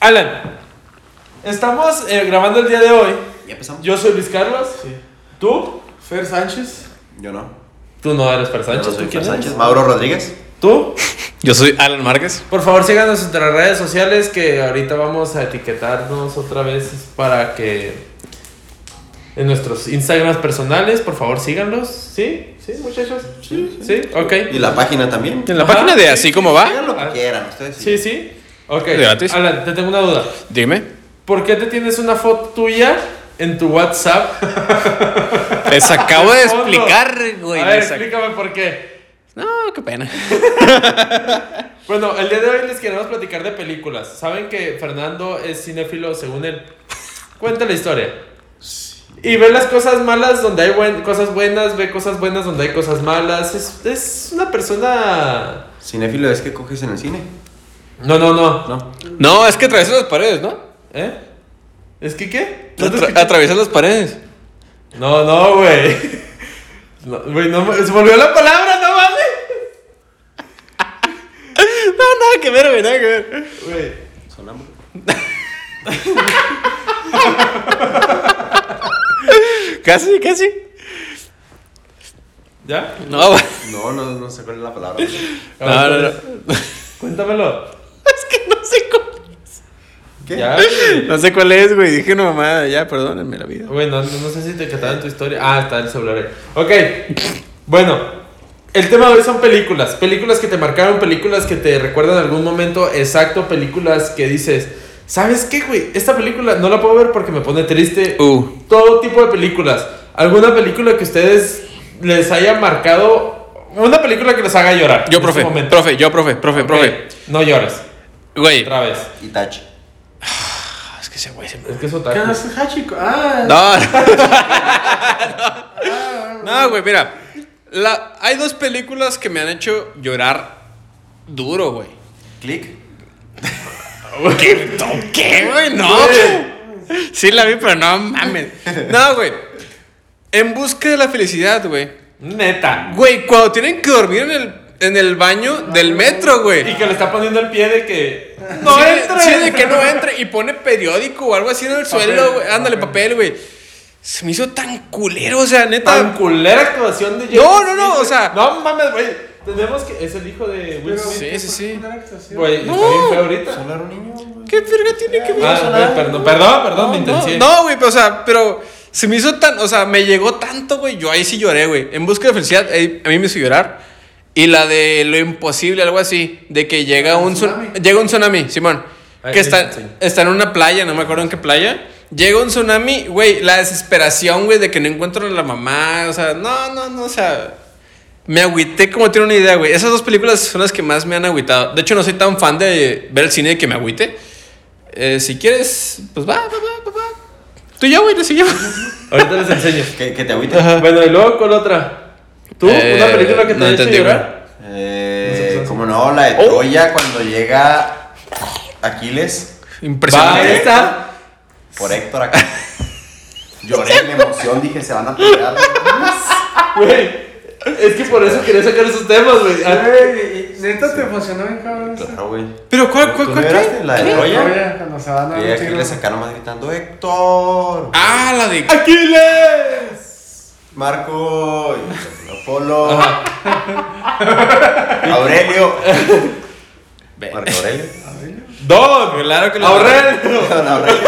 Alan, estamos eh, grabando el día de hoy. Ya empezamos. Yo soy Luis Carlos. Sí. ¿Tú? Fer Sánchez. Yo no. Tú no eres Fer Sánchez. Yo no ¿tú soy quién Fer Sánchez. eres? Mauro Rodríguez. ¿Tú? Yo soy Alan Márquez. Por favor, síganos en nuestras redes sociales que ahorita vamos a etiquetarnos otra vez para que en nuestros Instagrams personales, por favor, síganlos. ¿Sí? ¿Sí, muchachos? Sí. ¿Sí? Ok. Y la página también. En la Ajá, página de sí, Así como va, Hagan lo Ah. que quieran, ustedes. Sí, sí. Ok. Gratis. Alan, te tengo una duda. dime. ¿Por qué te tienes una foto tuya en tu WhatsApp? Les acabo de Fondo. explicar, güey. a ver, les ac- explícame por qué. No, qué pena. Bueno, el día de hoy les queremos platicar de películas. Saben que Fernando es cinéfilo según él. Cuenta la historia. Y ve las cosas malas donde hay buen- cosas buenas, ve cosas buenas donde hay cosas malas. Es, es una persona... Cinefilo es que coges en el cine. No, no, no. No. No, es que atraviesan las paredes, ¿no? ¿Eh? ¿Es que qué? ¿No te Atra- escuché? atraviesan las paredes. No, no, güey. No, Güey, no, me- se volvió la palabra, no mames. No, nada que ver, güey, nada que ver. Güey. Sonámbulo. Casi, casi. ¿Ya? No, güey. No, no, no sé cuál es la palabra. no, no, no. Cuéntamelo. Es que no sé cuál. ¿Qué? Ya, güey. No sé cuál es, güey. Dije una mamada, ya, perdónenme la vida. Bueno, no, no sé si te quedaba en tu historia. Ah, está el celular. ahí. Ok. Bueno, el tema de hoy son películas. Películas que te marcaron, películas que te recuerdan algún momento exacto, películas que dices, ¿sabes qué, güey? Esta película no la puedo ver porque me pone triste. Uh, Todo tipo de películas. ¿Alguna película que ustedes les haya marcado? Una película que les haga llorar. yo, en profe, este momento. profe, yo, profe, profe, profe. Ok, No llores. Güey. Otra vez. Itachi. Ah, Es que ese güey se me. Es que es ¿Qué otaku. haces, Hachiko? Ah, No, no. No, güey, mira. La, hay dos películas que me han hecho llorar duro, güey. Click. ¿Qué? ¿No? ¿Qué, güey? No. Sí la vi, pero no mames. No, güey. En busca de la felicidad, güey. Neta. Güey, cuando tienen que dormir en el, en el baño del metro, güey. Y que le está poniendo el pie de que. No entre. Sí, de que no entre. Y pone periódico o algo así en el suelo, güey. Ándale, papel, güey. Se me hizo tan culero, o sea, neta. tan culera actuación de No, no, no, o sea- No mames, güey. Tenemos que. Es el hijo de Will Smith. Sí, sí, sí. Güey, No. está bien feo ahorita. Sonar un niño. ¿Qué verga tiene que ver? Ah, güey, perdón, perdón, perdón, me no, intenté. no, güey, pero, o sea, pero se me hizo tan, o sea, me llegó tanto, güey. Yo ahí sí lloré, güey. En busca de felicidad, ahí- a mí me hizo llorar. Y la de lo imposible, algo así, de que llega un tsunami, tsunami. llega un tsunami, Simón, Ay, que Ah, sí, está, sí. está en una playa, no me acuerdo en qué playa. Llega un tsunami, güey, la desesperación, güey, de que no encuentro a la mamá, o sea, no, no, no, o sea, me agüité como tiene una idea, güey. Esas dos películas son las que más me han agüitado. De hecho, no soy tan fan de ver el cine de que me agüite. Eh, si quieres, pues va, va, va, va, va. Tú y yo, güey, sí yo. Ahorita les enseño. ¿Qué, que te agüites? Bueno, y luego con otra. ¿Tú? Eh, ¿Una película que te no ha hecho entendí, llorar? Eh, como no, la Oh. de Troya cuando llega Aquiles Va, Impresionante. ahí está. por Héctor acá. Lloré en emoción, dije, se van a pelear. Güey. Es que por eso quería sacar esos temas, güey. Ah, Güey, neta te emocionó bien, cabrón. esa? Claro, güey. Pero ¿cuál, cuál, ¿Tú cuál? no cuál? lloraste? ¿La de Troya? Oye, cuando se van a Y un aquí tiro. le sacaron más gritando, Héctor. Ah, la de. ¡Aquiles! Marco, y Apolo, Aurelio. Marco Aurelio. Don. Claro que la Aurel. Don Aurelio.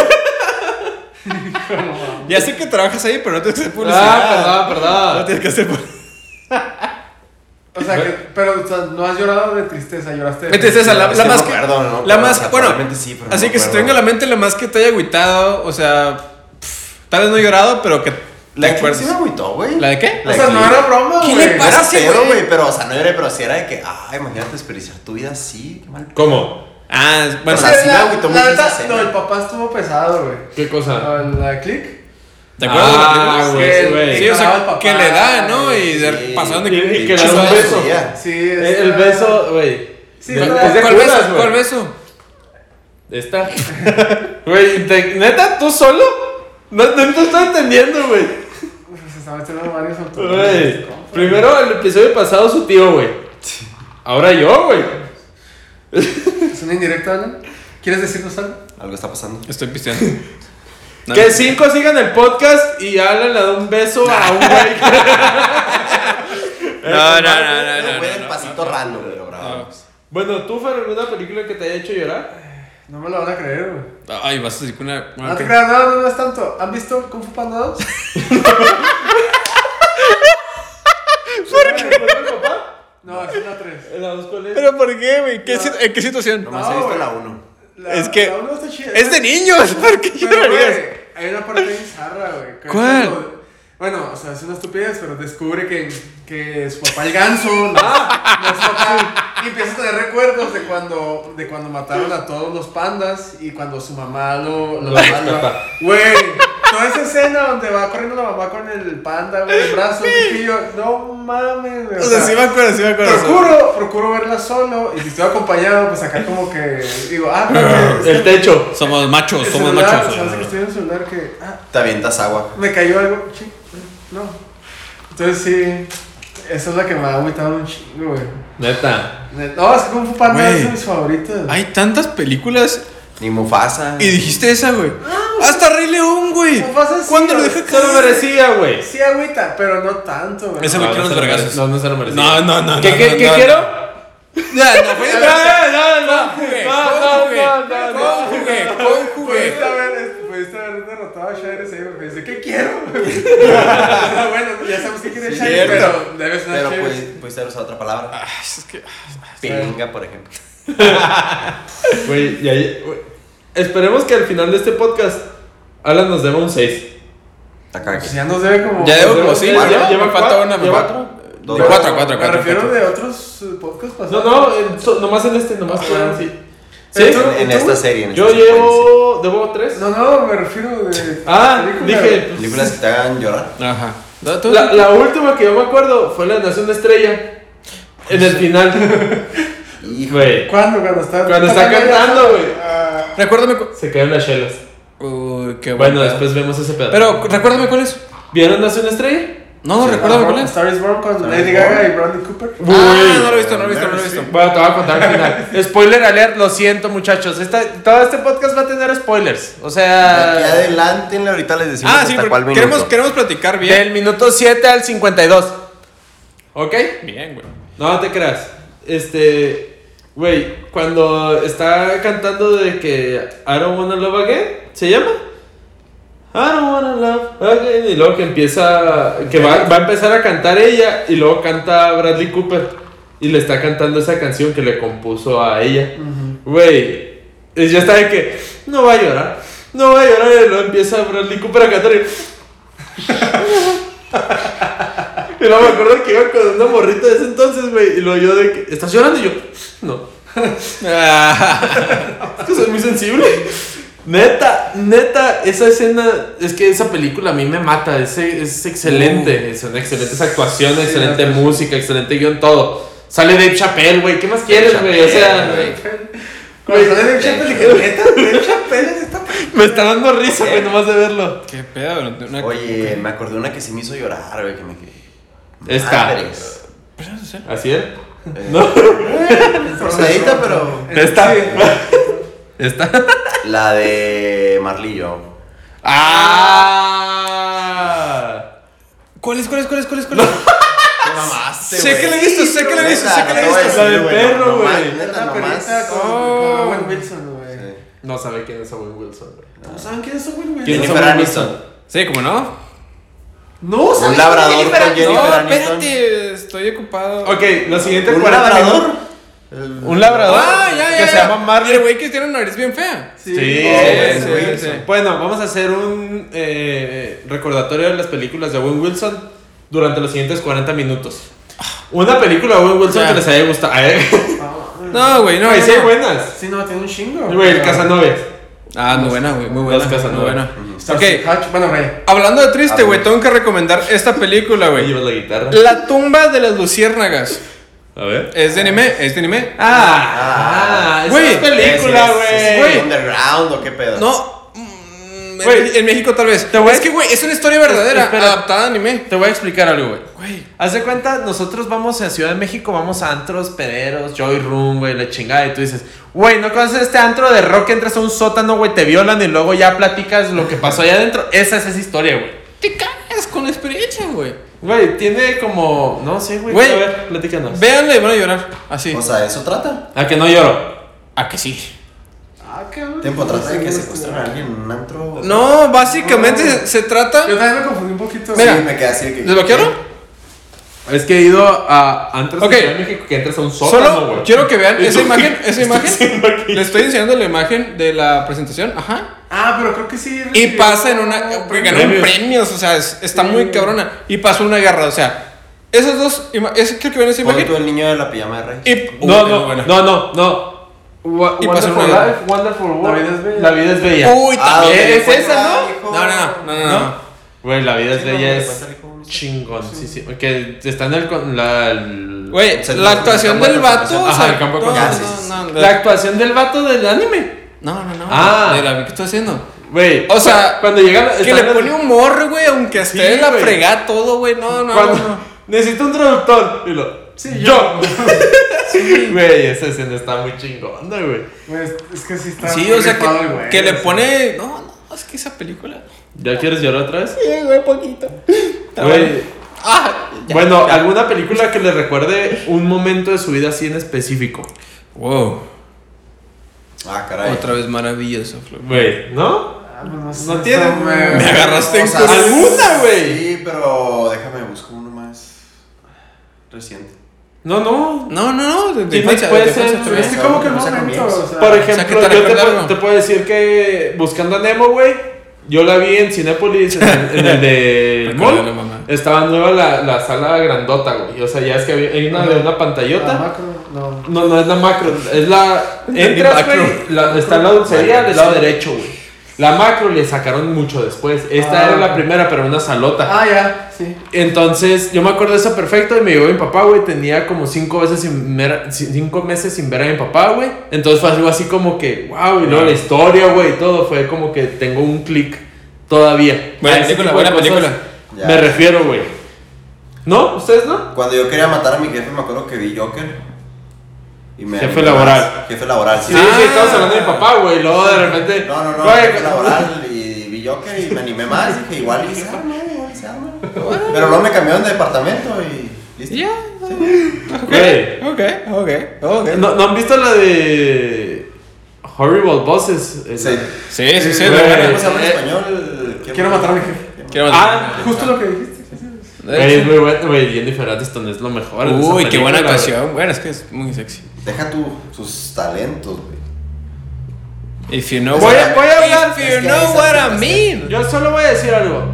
Ya sé que trabajas ahí, pero no tienes que hacer publicidad. Ah, perdón, perdón. no tienes que hacer publicidad. O sea, que, pero o sea, no has llorado de tristeza, lloraste de Entonces, esa, la, Es la que más no que. acuerdo, no la acuerdo, más. o sea, bueno. probablemente sí, pero no así que se te acuerdo. venga a la mente la más que te haya agüitado. O sea. pff, tal vez no llorado, pero que. La te que sí acuerdes. me agüitó, güey. ¿La de qué? La O sea, que- no era broma, ¿Qué güey. le No pasa? era así, pedo, güey. güey, pero, o sea, no lloré, pero sí era de que, ay, imagínate desperdiciar tu vida así, qué mal. ¿Cómo? Ah, O bueno. sea, O sea, sí me la- agüitó la mucho esa neta, escena. No, el papá estuvo pesado, güey. ¿Qué cosa? O La de click. ¿Te acuerdas de la película? Ah, güey, Que- sí, güey. Sí, o Ah, el sea, papá, que le da, ¿no? Y de sí. pasaron de Y- y que le Chis- da un beso. Día. Sí, El, es- Eh, el beso, güey. Sí, De- ¿cuál- es de ¿Cuál Judas, beso? güey. ¿Cuál beso? Esta. Güey, te- neta, tú solo. No, no te estoy entendiendo, güey. Se está metiendo varios autores. Güey. Primero el episodio pasado su tío, güey. Ahora yo, güey. ¿Es una indirecta, Alan? ¿Quieres decirnos algo? Algo está pasando. Estoy pisteando. No, que no. cinco sigan el podcast y Alan le da un beso a un güey. No, no, no, no, Pero no, fue no, el no. Ah. pasito random, pero grabamos. bueno, ¿tú, Fer, alguna película que te haya hecho llorar? No me lo van a creer, güey. Ay, vas a decir que una. No ok. te creas, no, no, no es tanto. ¿Han visto Kung Fu Panda 2? ¿Por qué? papá? No, es una 3. ¿La dos cuál es? Pero ¿por qué, güey? ¿Qué No. si- ¿En qué situación? Nomás No, he visto güey. la 1. La, Es que- La 1 está chida. Es de niños, ¿por qué Pero, llorarías? güey, hay una parte bizarra, güey. que ¿Cuál? es cuando- Bueno, o sea, es una estupidez, pero descubre que, que su papá el ganso, ¿no? no es Ah. papá, y empieza a tener recuerdos de cuando, de cuando mataron a todos los pandas y cuando su mamá lo... lo Lo mata. rescata. Güey, toda esa escena donde va corriendo la mamá con el panda, güey, el brazo, y yo, no mames, güey. O sea, sí me acuerdo, sí me acuerdo. Procuro, procuro verla solo y si estoy acompañado, pues acá como que digo, ah, pero El techo. Somos machos, el somos celular, machos. o sea, hace que estoy en el celular que. Ah, Te avientas agua. me cayó algo. Ching, no. Entonces sí. Esa es la que me ha agüitado un chingo, güey. Neta. No, es que Kung Fu Panda Güey. es de mis favoritas. Hay tantas películas Ni Mufasa. y dijiste esa, güey. Hasta Rey León, güey. Mufasa sí, ¿Cuándo lo güey. deja Se lo caer? merecía, güey. Sí, agüita, pero no tanto, güey. Ese güey quiere se unos lo mere- vergazos. No, no se lo merecía. No, no, no. ¿Qué, no, qué, no, qué no, quiero? no. Ya, no, fue de No, no, no. Conjugue, No, no, no, no, no. Conjugue, conjugue. Pudiste haber, pudiste haber derrotado a Shire ese, güey. Dice, ¿qué quiero? Ah, bueno, ya sabemos que quiere Sí, Shire, cierto. pero debes ser Pero Shire. pues- pudiste usar otra palabra. Ay, es que. Pilinga, por ejemplo. Güey, y ahí. güey. Esperemos que al final de este podcast, Alan nos deba un 6. Acá Pues ya nos debe como. Ya debo ¿Lleva como sí, cuatro? ya, ya me ¿Lleva falta cuatro? una, me ¿Lleva falta. Dos. De cuatro, cuatro, Me cuatro. refiero cuatro. de otros eh, No, podcasts pasados. no, en- so- nomás en este, nomás Ah. fueron, sí. Sí, ¿Sí? tú- En esta serie. en Yo esta secuencia. llevo. ¿Debo 3? No, no, me refiero de. Ah, película. dije. Películas que te hagan llorar. Ajá. No, tú- La, la última que yo me acuerdo fue la de Nación Estrella. En el final. Hijo. Güey. ¿Cuándo? Cuando está. Cuando está cantando, güey. Ah, Recuérdame. cu- Se caen las chelas. Uy, qué Bueno, bueno. después vemos ese pedazo. Pero recuérdame cuál es. ¿Vieron Nación Estrella? No, Sí, recuérdame cuál es. ah, Star is Born con Star Lady is Gaga Born. y Bradley Cooper. Uy. Ah, no lo he visto, no lo he visto, no lo he visto. Bueno, te voy a contar al final. Spoiler alert, lo siento, muchachos. Esta- todo este podcast va a tener spoilers. O Aquí sea, adelante, ahorita les decimos Ah, sí, hasta cuál minuto. porque queremos, queremos platicar bien. del minuto 7 al 52. ¿Ok? Bien, güey. No te creas. Este. Güey, cuando está cantando de que I don't wanna love again, ¿se llama? I don't wanna love again. Y luego que empieza. Que va, va a empezar a cantar ella. Y luego canta Bradley Cooper. Y le está cantando esa canción que le compuso a ella. Güey. y Yo estaba de que. No va a llorar. No va a llorar. Y luego empieza Bradley Cooper a cantar. Y, Y luego me acuerdo que iba con una morrita de ese entonces, güey. Y luego yo de que, ¿estás llorando? Y yo, no. Ah. Es que soy muy sensible. Neta, neta, esa escena, es que esa película a mí me mata. Es, es excelente. Son excelentes actuaciones, Uh. Sí, excelente la- música, excelente guión, todo. Sale Dave Chappelle, güey. ¿Qué más quieres, güey? O sea, Cuando sale Dave Chappelle dije, neta, Dave Chappelle es esta. me está dando risa, güey, nomás de verlo. Qué pedo, güey, no- no- Oye, me acordé una que sí me hizo llorar, güey, que me quedé. Esta. Madres. ¿Así es? Eh, ¿No? Rosadita, pero. Esta. Sí. ¿Esta? La de Marlillo. ¡Ah! ¿Cuál es, cuál es, cuál es, cuál es, cuál es? Te mamaste, Sé que la he visto, sé que la he visto, sé que la he visto. La del perro, güey. Neta, Una perrita nomás. con Oh. con Owen Wilson, güey. Sí. No sabe quién es Owen Wilson, güey. ¿No saben quién es Owen ¿Quién es Wilson? Jennifer Owen Aniston. Wilson? Sí, ¿cómo no? No, Un ¿sabes? labrador con Jennifer no, Aniston. espérate, estoy ocupado. Ok, lo siguiente ¿Un 40 labrador? minutos- Un labrador. Ah, ya, ya. Que ya. se llama Marley. El güey que tiene una nariz bien fea. Sí, Owen sí, Wilson. sí. Bueno, vamos a hacer un eh, recordatorio de las películas de Owen Wilson durante los siguientes 40 minutos. Una película de Owen Wilson Ya. que les haya gustado. Ay, Ah, No, güey, no, güey, sí, no. hay buenas. Sí, no, tiene un chingo. Güey, el Casanovias. Ah, muy buena, güey, muy buena. Los Casanova. muy buena. Ok. Ok, Bueno, güey. hablando de triste, Ah, güey, bueno. tengo que recomendar esta película, Ahí güey. Eh. llevas la guitarra. La tumba de las luciérnagas. A ver. ¿Es de anime? ¿Es de anime? Ah, Ah, esa güey. es película, ¿Es- es- es güey. ¿Underground o qué pedo? No. mm, en, Güey. en México tal vez. Te voy a- Es que, güey, es una historia verdadera, Espera. adaptada a anime. Te voy a explicar algo, güey. Güey. Haz de cuenta, nosotros vamos a Ciudad de México, vamos a antros, pederos, joy room, güey, la chingada. Y tú dices, güey, ¿no conoces este antro de rock? Entras a un sótano, güey, te violan y luego ya platicas lo que pasó allá adentro. Esa es esa historia, güey. Te cagas con la experiencia, güey. Güey, tiene como. No sé, güey. Güey. A ver, platícanos. Véanle, van a llorar. Así. O sea, eso trata. A que no lloro. ¿A que sí? Ah, cabrón. Tiempo trata de que secuestren a alguien en un antro. No, básicamente se, se trata. Yo también me confundí un poquito. Sí, Mira. me quedé así de que. ¿Desbloquearon? Es que he ido a antros Ok. de Ciudad de México que entras a un sótano, Solo güey. quiero que vean Y esa tú- imagen. Esa estás imagen. haciendo aquí. Le estoy enseñando la imagen de la presentación. Ajá. Ah, pero creo que sí. Y recibió pasa en una. premio. Ganó premios. o sea, es- está muy cabrona. Y pasó una guerra, o sea. Esas dos. ima- Es, quiero que vean esa Pon imagen. tú el niño de la pijama de rey. Y. No, Uy, no, buena. no, no, no. Wa- Y pasó Wonderful una guerra. Life, Wonderful World. La vida es bella. La vida es bella. Uy, también. ¿es donde le esa, cuenta, no? hijo. No, no, no, no, no, Uh. no. Ah. Güey, la vida es Sí, no, bella me es cuesta el hijo bonito. chingón, sí, sí. Que está en el con la el- Güey, Se- la actuación el campo de del vato. o Ajá, sea, el campo de no, concentración. no, no, la actuación del vato del anime. No, no, no. Ah. De la que estoy haciendo. Güey, O sea, cuando llega Que están le las- pone humor, güey, aunque Sí, esté en la güey. fregada todo, güey. No, no, cuando- no. necesito un traductor y lo Sí, yo. Güey, esa escena está muy chingona, güey. Güey, Es, es que sí Ah, está. Sí, muy o sea, rifado el que, güey, que le o sea. pone. No, no, es que esa película. ¿Ya quieres llorar otra vez? Sí, güey, poquito. Güey, Ah, ya. bueno, alguna película que le recuerde un momento de su vida así en específico. Wow. Ah, caray. Otra vez maravilloso, Flo. Güey, ¿no? Ah, pues no, sé, No tiene. está muy- Me Me agarraste en sí, alguna, güey. Sí, pero déjame busco uno más reciente. No, no. No, no, no. De, de Tiene- infancia, puede de ser- infancia Pero también. es que como que No no se momento, comienza. o sea, Por sea, ejemplo, que te yo te, recuerda puedo- algo. te puedo decir que buscando a Nemo, güey, yo la vi en Cinépolis, en, el- en el de Recuerda la Mall. mamá. Estaba nueva la, la sala grandota, güey. O sea, ya es que había- hay una de una la pantallota. macro, no. No, no es la macro, es la. Entras, Macro. güey, la- está en la dulcería del lado derecho, güey. La macro le sacaron mucho después. Esta Ah. era la primera, pero una salota. Ah, ya, sí. Entonces, yo me acuerdo de eso perfecto y me llevó mi papá, güey. Tenía como cinco, veces sin ver- ci- cinco meses sin ver a mi papá, güey. Entonces fue algo así como que, wow, y luego la historia, güey, y todo. Fue como que tengo un clic todavía. Buena A ese película, tipo de buena cosas película. Ya. Me refiero, güey. ¿No? ¿Ustedes no? Cuando yo quería matar a mi jefe, me acuerdo que vi Joker. Y me Jefe animé más. laboral. Jefe laboral, sí. Ah, Sí, Ah. sí, estamos hablando de mi papá, güey. y Luego de repente. No, no, no, güey, jefe laboral y vi Joker y me animé más. Dije, igual y se arma, igual y se arma. Pero luego me cambiaron de departamento y listo. Ya. güey, Ok, ok, ok. ¿no, no han visto la de. Horrible Bosses? Esa. Sí. Sí, sí, sí. Güey. de verdad. ¿Cómo se habla en Eh, español? Quiero matar a mi jefe. Quiero Ah, Justo lo que dijiste. Güey, es muy bueno, güey. Jennifer Aniston es lo mejor. en esa Uy, qué película, buena güey. actuación. Bueno, es que es muy sexy. Deja tú sus talentos, güey. If you know Voy a- voy a hablar- If es you que know esa what I situación- mean. Yo solo voy a decir algo.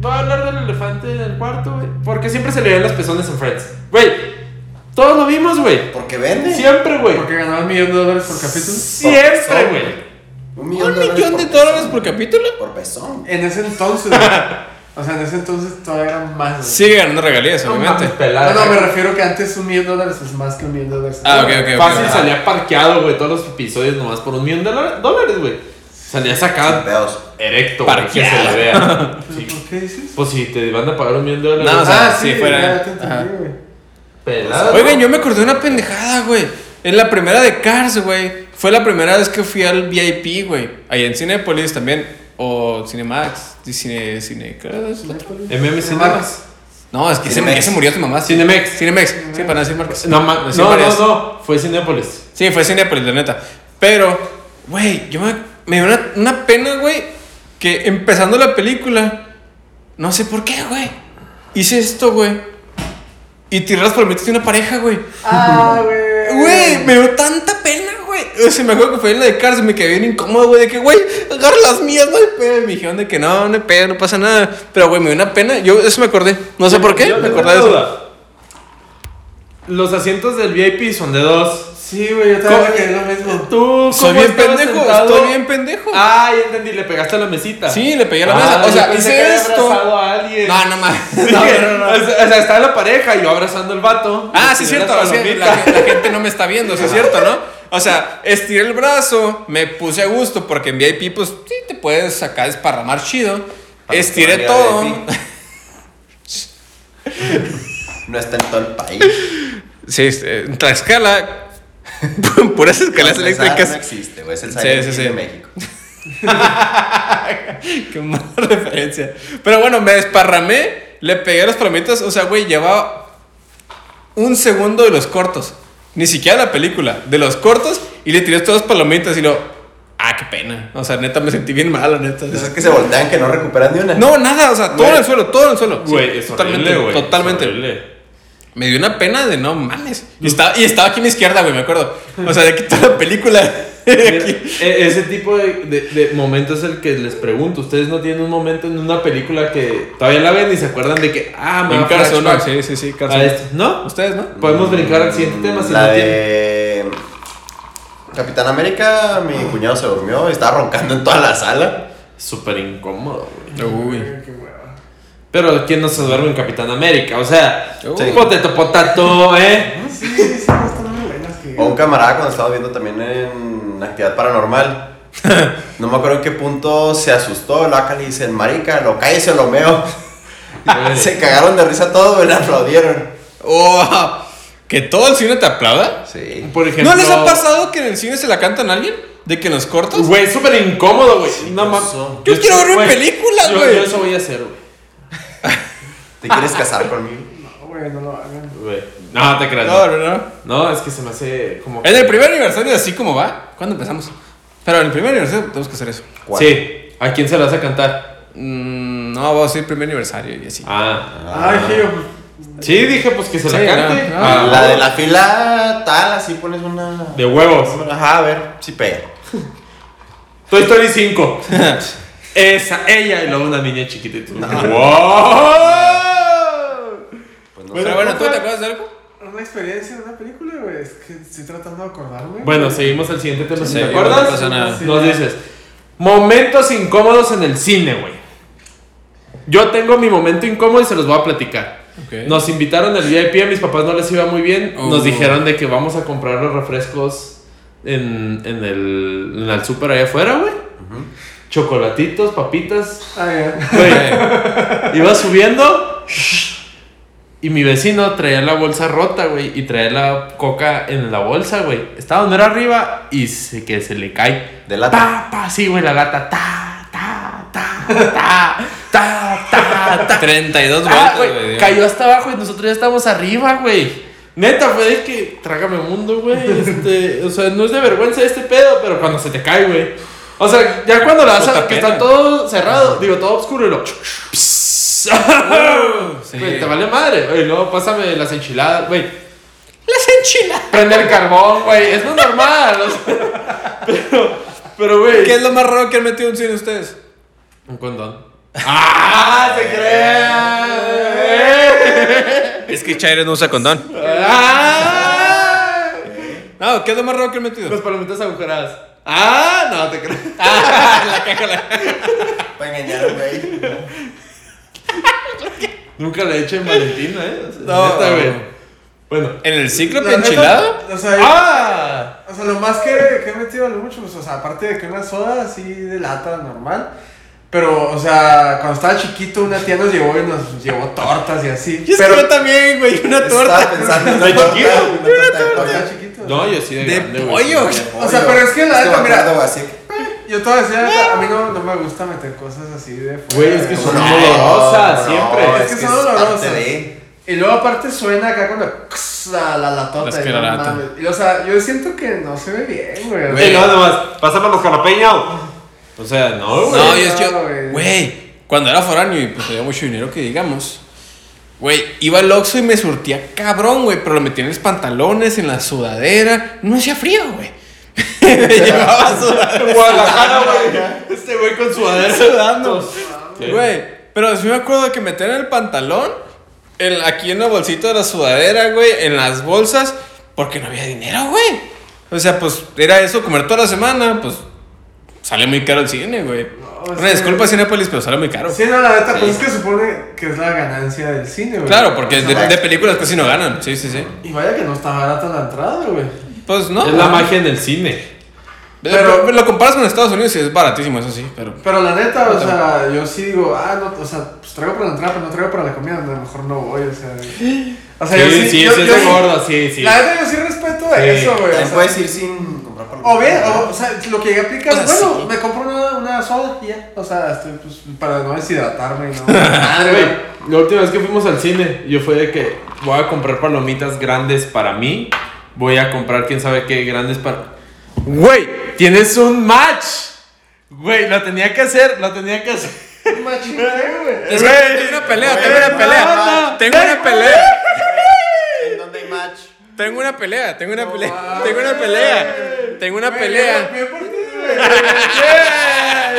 Voy a hablar del elefante en el cuarto, güey. Porque siempre se le ven las pezones en Friends. Güey, todos lo vimos, güey. Porque vende. Siempre, güey. Porque ganabas millón de dólares por capítulo. Siempre, güey. Un Un millón de por dólares Eh, pezón. por capítulo. Por pezón. En ese entonces, güey. O sea, en ese entonces todavía eran más. güey. Sigue ganando regalías, obviamente. Pelada, No, no, me güey. refiero que antes un millón de dólares es más que un millón de dólares. Ah, ok, ok. Fácil ok. salía parqueado, güey, todos los episodios nomás por un millón de dola- dólares, güey. Salía Sin sacado pedos. erecto, güey, que se Parqueado. le vea. Sí. ¿Por qué dices? Pues si te van a pagar un millón de dólares. No, o sea, ah, sí, si fuera- ya te entendí, ajá. güey. pelada. Oigan, yo me acordé de una pendejada, güey. En la primera de Cars, güey. Fue la primera vez que fui al VIP, güey. Ahí en Cinepolis también. O Cinemax. y Cine, cine, Cars. MM Cinemex. No, es que se, Cinemex. se murió tu mamá. Cinemex. Cinemex. Sí, para no decir marcas. No, ma- Decir no, varias. no, no. Fue Cinépolis. Sí, fue Cinepolis, la neta. Pero, güey, yo me, me dio una, una pena, güey, que empezando la película, no sé por qué, güey, hice esto, güey. Y tirar las palomitas de una pareja, güey. Ah, güey. Güey, me dio tanta pena, güey. O sea, me acuerdo que fue en la de cárcel, me quedé bien incómodo, güey, de que, güey, agarra las mías, no hay pedo. Y me dijeron de que no, no hay pedo, no pasa nada. Pero, güey, me dio una pena. Yo, eso me acordé. No sé por qué, Yo me tengo acordé de una eso. duda. Los asientos del VIP son de dos. Sí, güey, yo ¿Cómo? también que es lo mismo. ¿Tú Soy cómo bien estabas pendejo, sentado? estoy bien pendejo. Ah, ya entendí, le pegaste a la mesita. Sí, le pegué a la Ah, mesa. O yo sea, pensé que hice había esto. abrazado a alguien. No, no más. Sí, No, no, no. O sea, o sea, estaba la pareja y yo abrazando al vato. Ah, Le sí, es tiré cierto. las o sea, palomitas. la, la gente no me está viendo, sí, es cierto, ¿no? O sea, estiré el brazo, me puse a gusto porque en VIP, pues sí, te puedes acá desparramar chido. Para Estiré que valga todo. VIP. No está en todo el país. Sí, este, en Tlaxcala, puras escaleras Para empezar, No eléctricas. existe, güey. Es el Sí, Silent sí, Hill sí. de México. Qué mala referencia. Pero bueno, me desparramé, le pegué a los palomitas. O sea, güey, llevaba un segundo de los cortos. Ni siquiera la película, de los cortos. Y le tiré todas las palomitas y lo. Ah, qué pena. O sea, neta, me sentí bien mal, la neta. Entonces es que se voltean que no recuperan ni una. No, nada, o sea, todo en Güey. el suelo, todo en el suelo. Sí, Güey, es horrible, güey. Totalmente. es horrible. Me dio una pena de no mames. Y estaba, y estaba aquí a mi izquierda, güey, me acuerdo. O sea, de aquí toda la película. Mira, Aquí. e- ese tipo de, de- de momento es el que les pregunto. Ustedes no tienen un momento en una película que todavía la ven y se acuerdan de que, ah, me En va a Cars uno, flashback Sí, sí, sí, Cars a uno. esto. ¿No? Ustedes, ¿no? Podemos brincar al siguiente tema si La no tienen. de. Capitán América, mi cuñado se durmió y estaba roncando en toda la sala. Súper incómodo, güey. Uy. Qué hueva. Pero ¿quién no se duerme en Capitán América? O sea, Uy. potato, potato, ¿eh? Sí, sí, sí, no están muy buenas. Que... O un camarada cuando estaba viendo también en actividad paranormal. No me acuerdo en qué punto se asustó. La acá le dicen, Marica, lo cállese o lo meo. se cagaron de risa todos y le aplaudieron. Oh, que todo el cine te aplauda. Sí. Por ¿No les ha pasado que en el cine se la cantan a alguien? ¿De que en los cortos? Güey, súper incómodo, güey. no mames. pasó. Yo quiero ver mi Güey, película, yo- güey. Yo eso voy a hacer, güey. ¿Te quieres casar conmigo? No, güey, no lo hagan. Güey. No, te creas. No, No, no, no. es que se me hace como. En el primer aniversario, así como va. ¿Cuándo empezamos? Pero en el primer aniversario tenemos que hacer eso. ¿Cuál? Sí. ¿A quién se la vas a cantar? Mm, no, vamos a decir primer aniversario y así. Ah. Ah. Ay, Gio. pues, Sí, dije, pues que se Sí, la cante. no, no. Ah, La de la fila tal, así pones una. De huevos. Ajá, a ver si pega. Toy Story 5. Esa, ella y luego una niña chiquitita. ¡Wow! Pues no Pero sé. bueno, ¿tú te acuerdas de algo? Una experiencia de una película, güey. Es que estoy tratando de acordarme. Bueno, güey. seguimos al siguiente tema. Sí, si ¿Te no acuerdas? pasa nada. Nos dices, momentos incómodos en el cine, güey. Yo tengo mi momento incómodo y se los voy a platicar. Ok. Nos invitaron el VIP, a mis papás no les iba muy bien. Oh. Nos dijeron de que vamos a comprar los refrescos en, en el, en el súper allá afuera, güey. Chocolatitos, papitas. Ah, ya. Güey, iba subiendo y mi vecino traía la bolsa rota, güey, y traía la coca en la bolsa, güey. Estaba donde era arriba y se, que se le cae. De lata. Pa, pa, sí, güey, la lata. Ta, ta, ta, ta, ta, ta, ta. 32 Ah, vueltas, güey, güey. cayó hasta abajo y nosotros ya estamos arriba, güey. Neta, fue de que trágame mundo, güey. Este, o sea, no es de vergüenza este pedo, pero cuando se te cae, güey. O sea, ya cuando la vas Puta a. que pena. está todo cerrado, digo, todo oscuro y lo. Sí. Güey, te vale madre. Oye, luego pásame las enchiladas, güey. Las enchiladas. Prende el carbón, güey. Es lo normal. o sea, pero, pero, güey. ¿Qué es lo más raro que han metido en un cine ustedes? Un condón. ¡Ah! ¡Se crea! Es que Chaires no usa condón. ¡Ah! No, ¿qué es lo más raro que han Las metido? palomitas agujeradas. ¡Ah! No, te creo. Ah, la caja. Para engañar a güey. Nunca la he hecho en Valentina, ¿eh? O sea, No. neta, güey. Bueno. ¿En el ciclo La neta, enchilada? O sea, ¡Ah! O sea, lo más que, que he metido a lo mucho, pues, o sea, aparte de que una soda así de lata normal. Pero, o sea, cuando estaba chiquito, una tía nos llevó y nos llevó tortas y así. Yo pero pero también, güey, una Estaba torta. pensando en Tranquilo, torta, una torta de cuando estaba pollo. chiquito. No, yo sí de, De grande, güey. pollo. O sea, pero es que la neta, me mira. acuerdo, así. Yo todavía decía, neta, a mí no, no me gusta meter cosas así de fuera. Güey, es que güey. son No, dolorosas, no, siempre. Es que es son parte dolorosas. de- Y luego aparte suena acá cuando la, la latota. Es que y la no lata. mames. Y, o sea, yo siento que no se ve bien, güey. Güey. Y luego nomás, pásame los jalapeños. O sea, no, güey. No, yo es No, que, güey. güey, cuando era foráneo y pues tenía mucho dinero que digamos, güey, iba al Oxxo y me surtía cabrón, güey, pero lo metía en los pantalones, en la sudadera, no hacía frío, güey. Llevaba sudadera, En Guadalajara, güey. Este güey con sudadera sudando. Sí. Güey, pero sí me acuerdo que meter en el pantalón, en- aquí en la bolsita de la sudadera, güey, en las bolsas, porque no había dinero, güey. O sea, pues era eso, comer toda la semana, pues sale muy caro el cine, güey. No, es Una que- disculpa, Cinepolis, pero sale muy caro. Sí, no, la neta, pues es que supone que es la ganancia del cine, güey. Claro, porque O sea, de, vaya- de películas casi no ganan. Sí, sí, sí. Y vaya que no está barata la entrada, güey. Pues no. Es la magia en el cine. Pero lo comparas con Estados Unidos y es baratísimo, eso sí. Pero Pero la neta, o sea, yo sí digo, ah, no, o sea, pues traigo para la entrada, pero no traigo para la comida, a lo mejor no voy, o sea. O sea, sí, yo sí, sí, sí, yo, sí, yo es sí- gordo, sí, sí. La neta, yo sí respeto Sí. eso, güey. O, También sea, puedes ir sin comprar por o bien, o, o sea, lo que llegué a aplicar, O sea, bueno, sí. me compro una, una soda y ya. O sea, estoy, pues, para no deshidratarme y no. Madre, Güey, güey. la última vez que fuimos al cine, yo fue de que voy a comprar palomitas grandes para mí. Voy a comprar quién sabe qué grandes para. Güey, tienes un match. Güey, lo tenía que hacer, lo tenía que hacer. Machineo, güey. Es que tengo una pelea, tengo una güey, no, pelea. no. Tengo una pelea. ¿En dónde hay match? Tengo una pelea, tengo una pelea. mames. Tengo una pelea. Tengo una pelea. Bien por ti,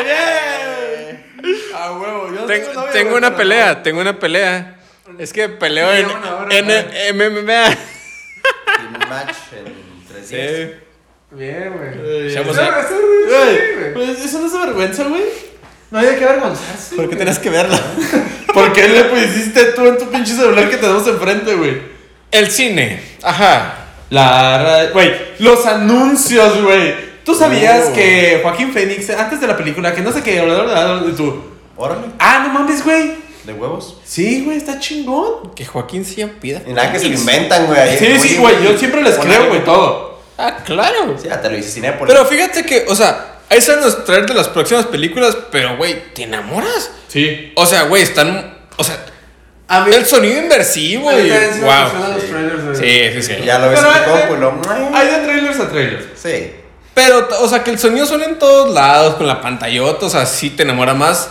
güey. A huevo, yo Tengo, no novia, tengo güey, una pero- pelea, tengo una pelea. Es que peleo Sí, en, una hora, en, en MMA. Tiene un match en tres días. Sí. Bien, güey. Echamos Sí, a- sí, sí, sí, Güey, güey. pues eso no es vergüenza, güey. No hay de qué avergonzarse. ¿Por qué tenías que verla? ¿Por qué le pusiste tú en tu pinche celular que tenemos enfrente, güey? El cine. Ajá. La ra- Güey, los anuncios, güey. Tú sabías No. que Joaquín Phoenix, antes de la película, que no sé qué, bla, bla, bla, bla, y tú. Órale, Ah, no mames, güey. de huevos. Sí, güey, está chingón. Que Joaquín sí pida. Y nada que se lo inventan, güey. ahí, Sí, sí, güey, yo siempre les Pon creo, algo. güey, todo. Ah, claro. Sí, ya te lo hice Cinépolis. Pero fíjate que, o sea, ahí están los trailers de las próximas películas, pero güey, ¿te enamoras? Sí. O sea, güey, están. O sea, A mí, el sonido inversivo a mí y. también sí me Wow. funcionan los trailers, güey. Sí, sí, sí. Ya lo ves Pero, en tu eh, compu, lo- Hay de trailers a trailers. Sí. Pero, o sea, que el sonido suena en todos lados, con la pantallota, o sea, sí te enamora más.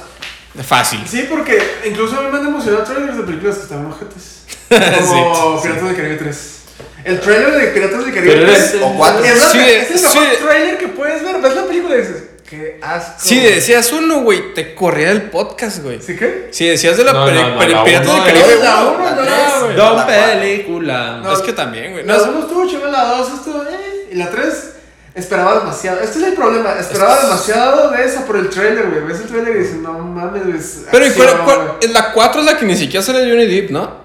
Fácil. Sí, porque incluso a mí me han emocionado trailers de películas que estaban ojetes. Sí, Como Piratas del Caribe 3. El trailer de Piratas del Caribe Pero 3. eres- O cuatro. Es, la- Sí, es el sí. mejor trailer que puedes ver. Ves la película y dices, qué asco. Si decías uno, güey, te corría el podcast, güey. ¿Sí qué? Si decías de la No, peli- no, no, peli- la Piratas uno, del Caribe, la uno, uno, la no, tres, güey. güey. Don la cuatro. película. No. Es que también, güey. No, La 1 estuvo chula, la 2 estuvo eh, y la 3 esperaba demasiado. Este es el problema, esperaba demasiado de esa por el trailer, güey. Ves el trailer y dices, no mames, güey. es Pero ¿y cuál- acción, cuál- güey". la 4 es la que ni siquiera sale Johnny Depp, ¿no?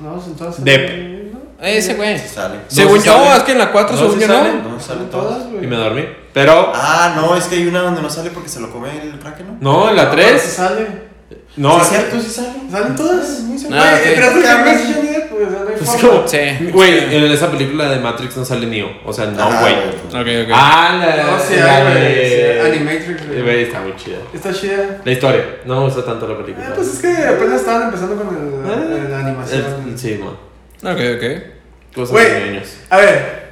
No, pues entonces. Dep. ¿no? Ese güey. Sale. Según sí yo, sale. es que en la 4, No, según sí yo, no. sale. No, salen Son todas. todas, güey. Y me dormí. Pero. Ah, no, es que hay una donde no sale porque se lo come el fraque, ¿no? No, en la No, 3. se sale. No, Sí, es cierto, sí sale. Mm. Salen todas. Ah, Güey, ok. pero tú Cabrón. también es Johnny Depp, güey, o sea, no hay Es forma. como- Sí. Güey, en esa película de Matrix no sale Neo. O sea, no, Ah, güey. Ok, güey. ok. Ah, la, No, sí, la hay, güey. de- sí, Animatrix, güey. Güey, está muy chida. Está chida. La historia. No me gusta tanto la Eh, película. pues es que apenas estaban empezando con el, Eh, la animación. El- sí, man. Ok, ok. Cosas Güey. de niños. A ver,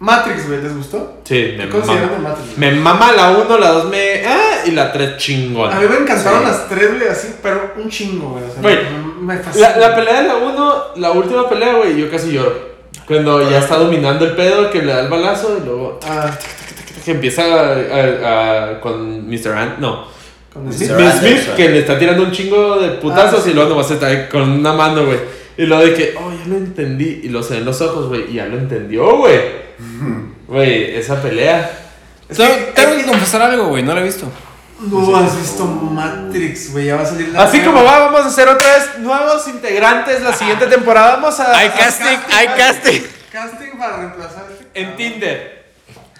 Matrix, güey, ¿les gustó? Sí, me ¿Cómo se llama mama. Matrix? Me mama la 1, la 2 me. Ah, y la 3 chingona. A mí me encantaron Sí. las tres, güey, así, pero un chingo, güey. O sea, Güey, me, me fascina. La, la pelea de la 1, la última pelea, güey, yo casi lloro. Cuando ya está dominando el pedo, que le da el balazo y luego. Ah, Que empieza a, a- a- con Mr. Ant. No. con Mr. Smith. Will Ant, Smith Ant. que le está tirando un chingo de putazos Ah, sí. y luego nomás está ahí con una mano, güey. Y luego de que, oh, ya lo entendí. Y lo se ven los ojos, güey, y ya lo entendió, güey. Güey, esa pelea. Tengo, tengo que confesar algo, güey. No lo he visto. eh, No has visto Matrix, güey, ya va a salir la. Así nueva. como va, vamos a hacer otra vez nuevos integrantes la Ah. siguiente temporada. Vamos a. Hay casting, hay casting. Casting para reemplazar. este En cabrón. Tinder.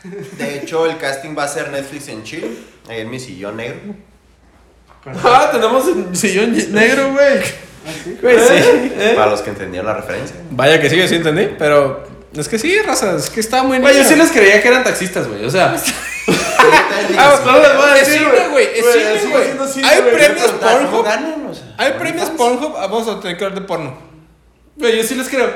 De hecho, el casting va a ser Netflix en Chile. Ahí en mi sillón negro. Ah, tenemos un sillón negro, güey. ¿Ah, sí? Güey, Pues sí. Para los que entendieron la referencia. Vaya que sí, yo sí entendí, pero es que sí, raza, es que está muy Güey, yo niño. sí les creía que eran taxistas, güey. O sea. Ah, no les voy a Es decir, cine, güey, es Güey, cine, sigue güey. siendo cine, Hay güey. premios ¿Cómo Pornhub. ganan? O sea, Hay premios Pornhub, ah, vamos a tener que hablar de porno. Güey, yo sí les creo.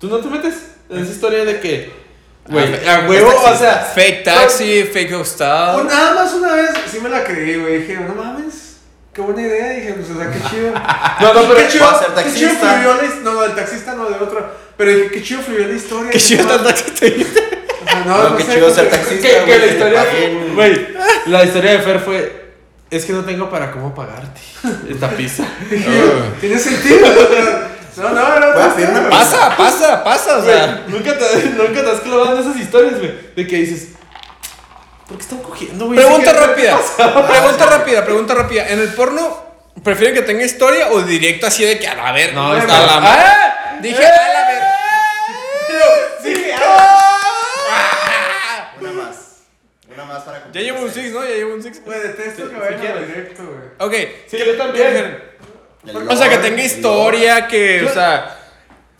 ¿Tú no te metes en esa historia de que. Güey, Ah, a huevo, es o taxista. sea. Fake taxi, fake hostal. Un- Oh, Nada más una vez, sí me la creí, güey. Dije, no mames, qué buena idea. Dije, pues, o sea, qué chido. No, no, pero. qué chido, puedo ser qué chido taxista. fluyó la his- No, no, el taxista no, de otro. Pero dije, qué chido fluyó la historia. Que chido está el taxi. te- O sea, no, No, no qué sé, chido ser porque- Que, taxista. que güey, la que historia. paguen. Güey, la historia de Fer fue. Es que no tengo para cómo pagarte esta pizza. Tiene sentido. o sea, No, no, no. Voy a pedir una Pasa, pasa, pasa, o sea. pues, Güey, nunca, te, nunca te has clavado en esas historias, güey. De que dices, ¿por qué están cogiendo, güey? Pregunta Sí que- rápida. Pregunta rápida, pregunta rápida. ¿En el porno prefieren que tenga historia o directo así de que a la ver? No, a está- la ¡Ah! Dije, a la ver. ah. "Ah". Una más. Una más para Ya cumplir. llevo un six, ¿no? Ya llevo un six. Güey, detesto que si vayan a lo quieres. directo, güey. Ok. Sí, yo también. El O sea, que lore, tenga el historia, que, o sea.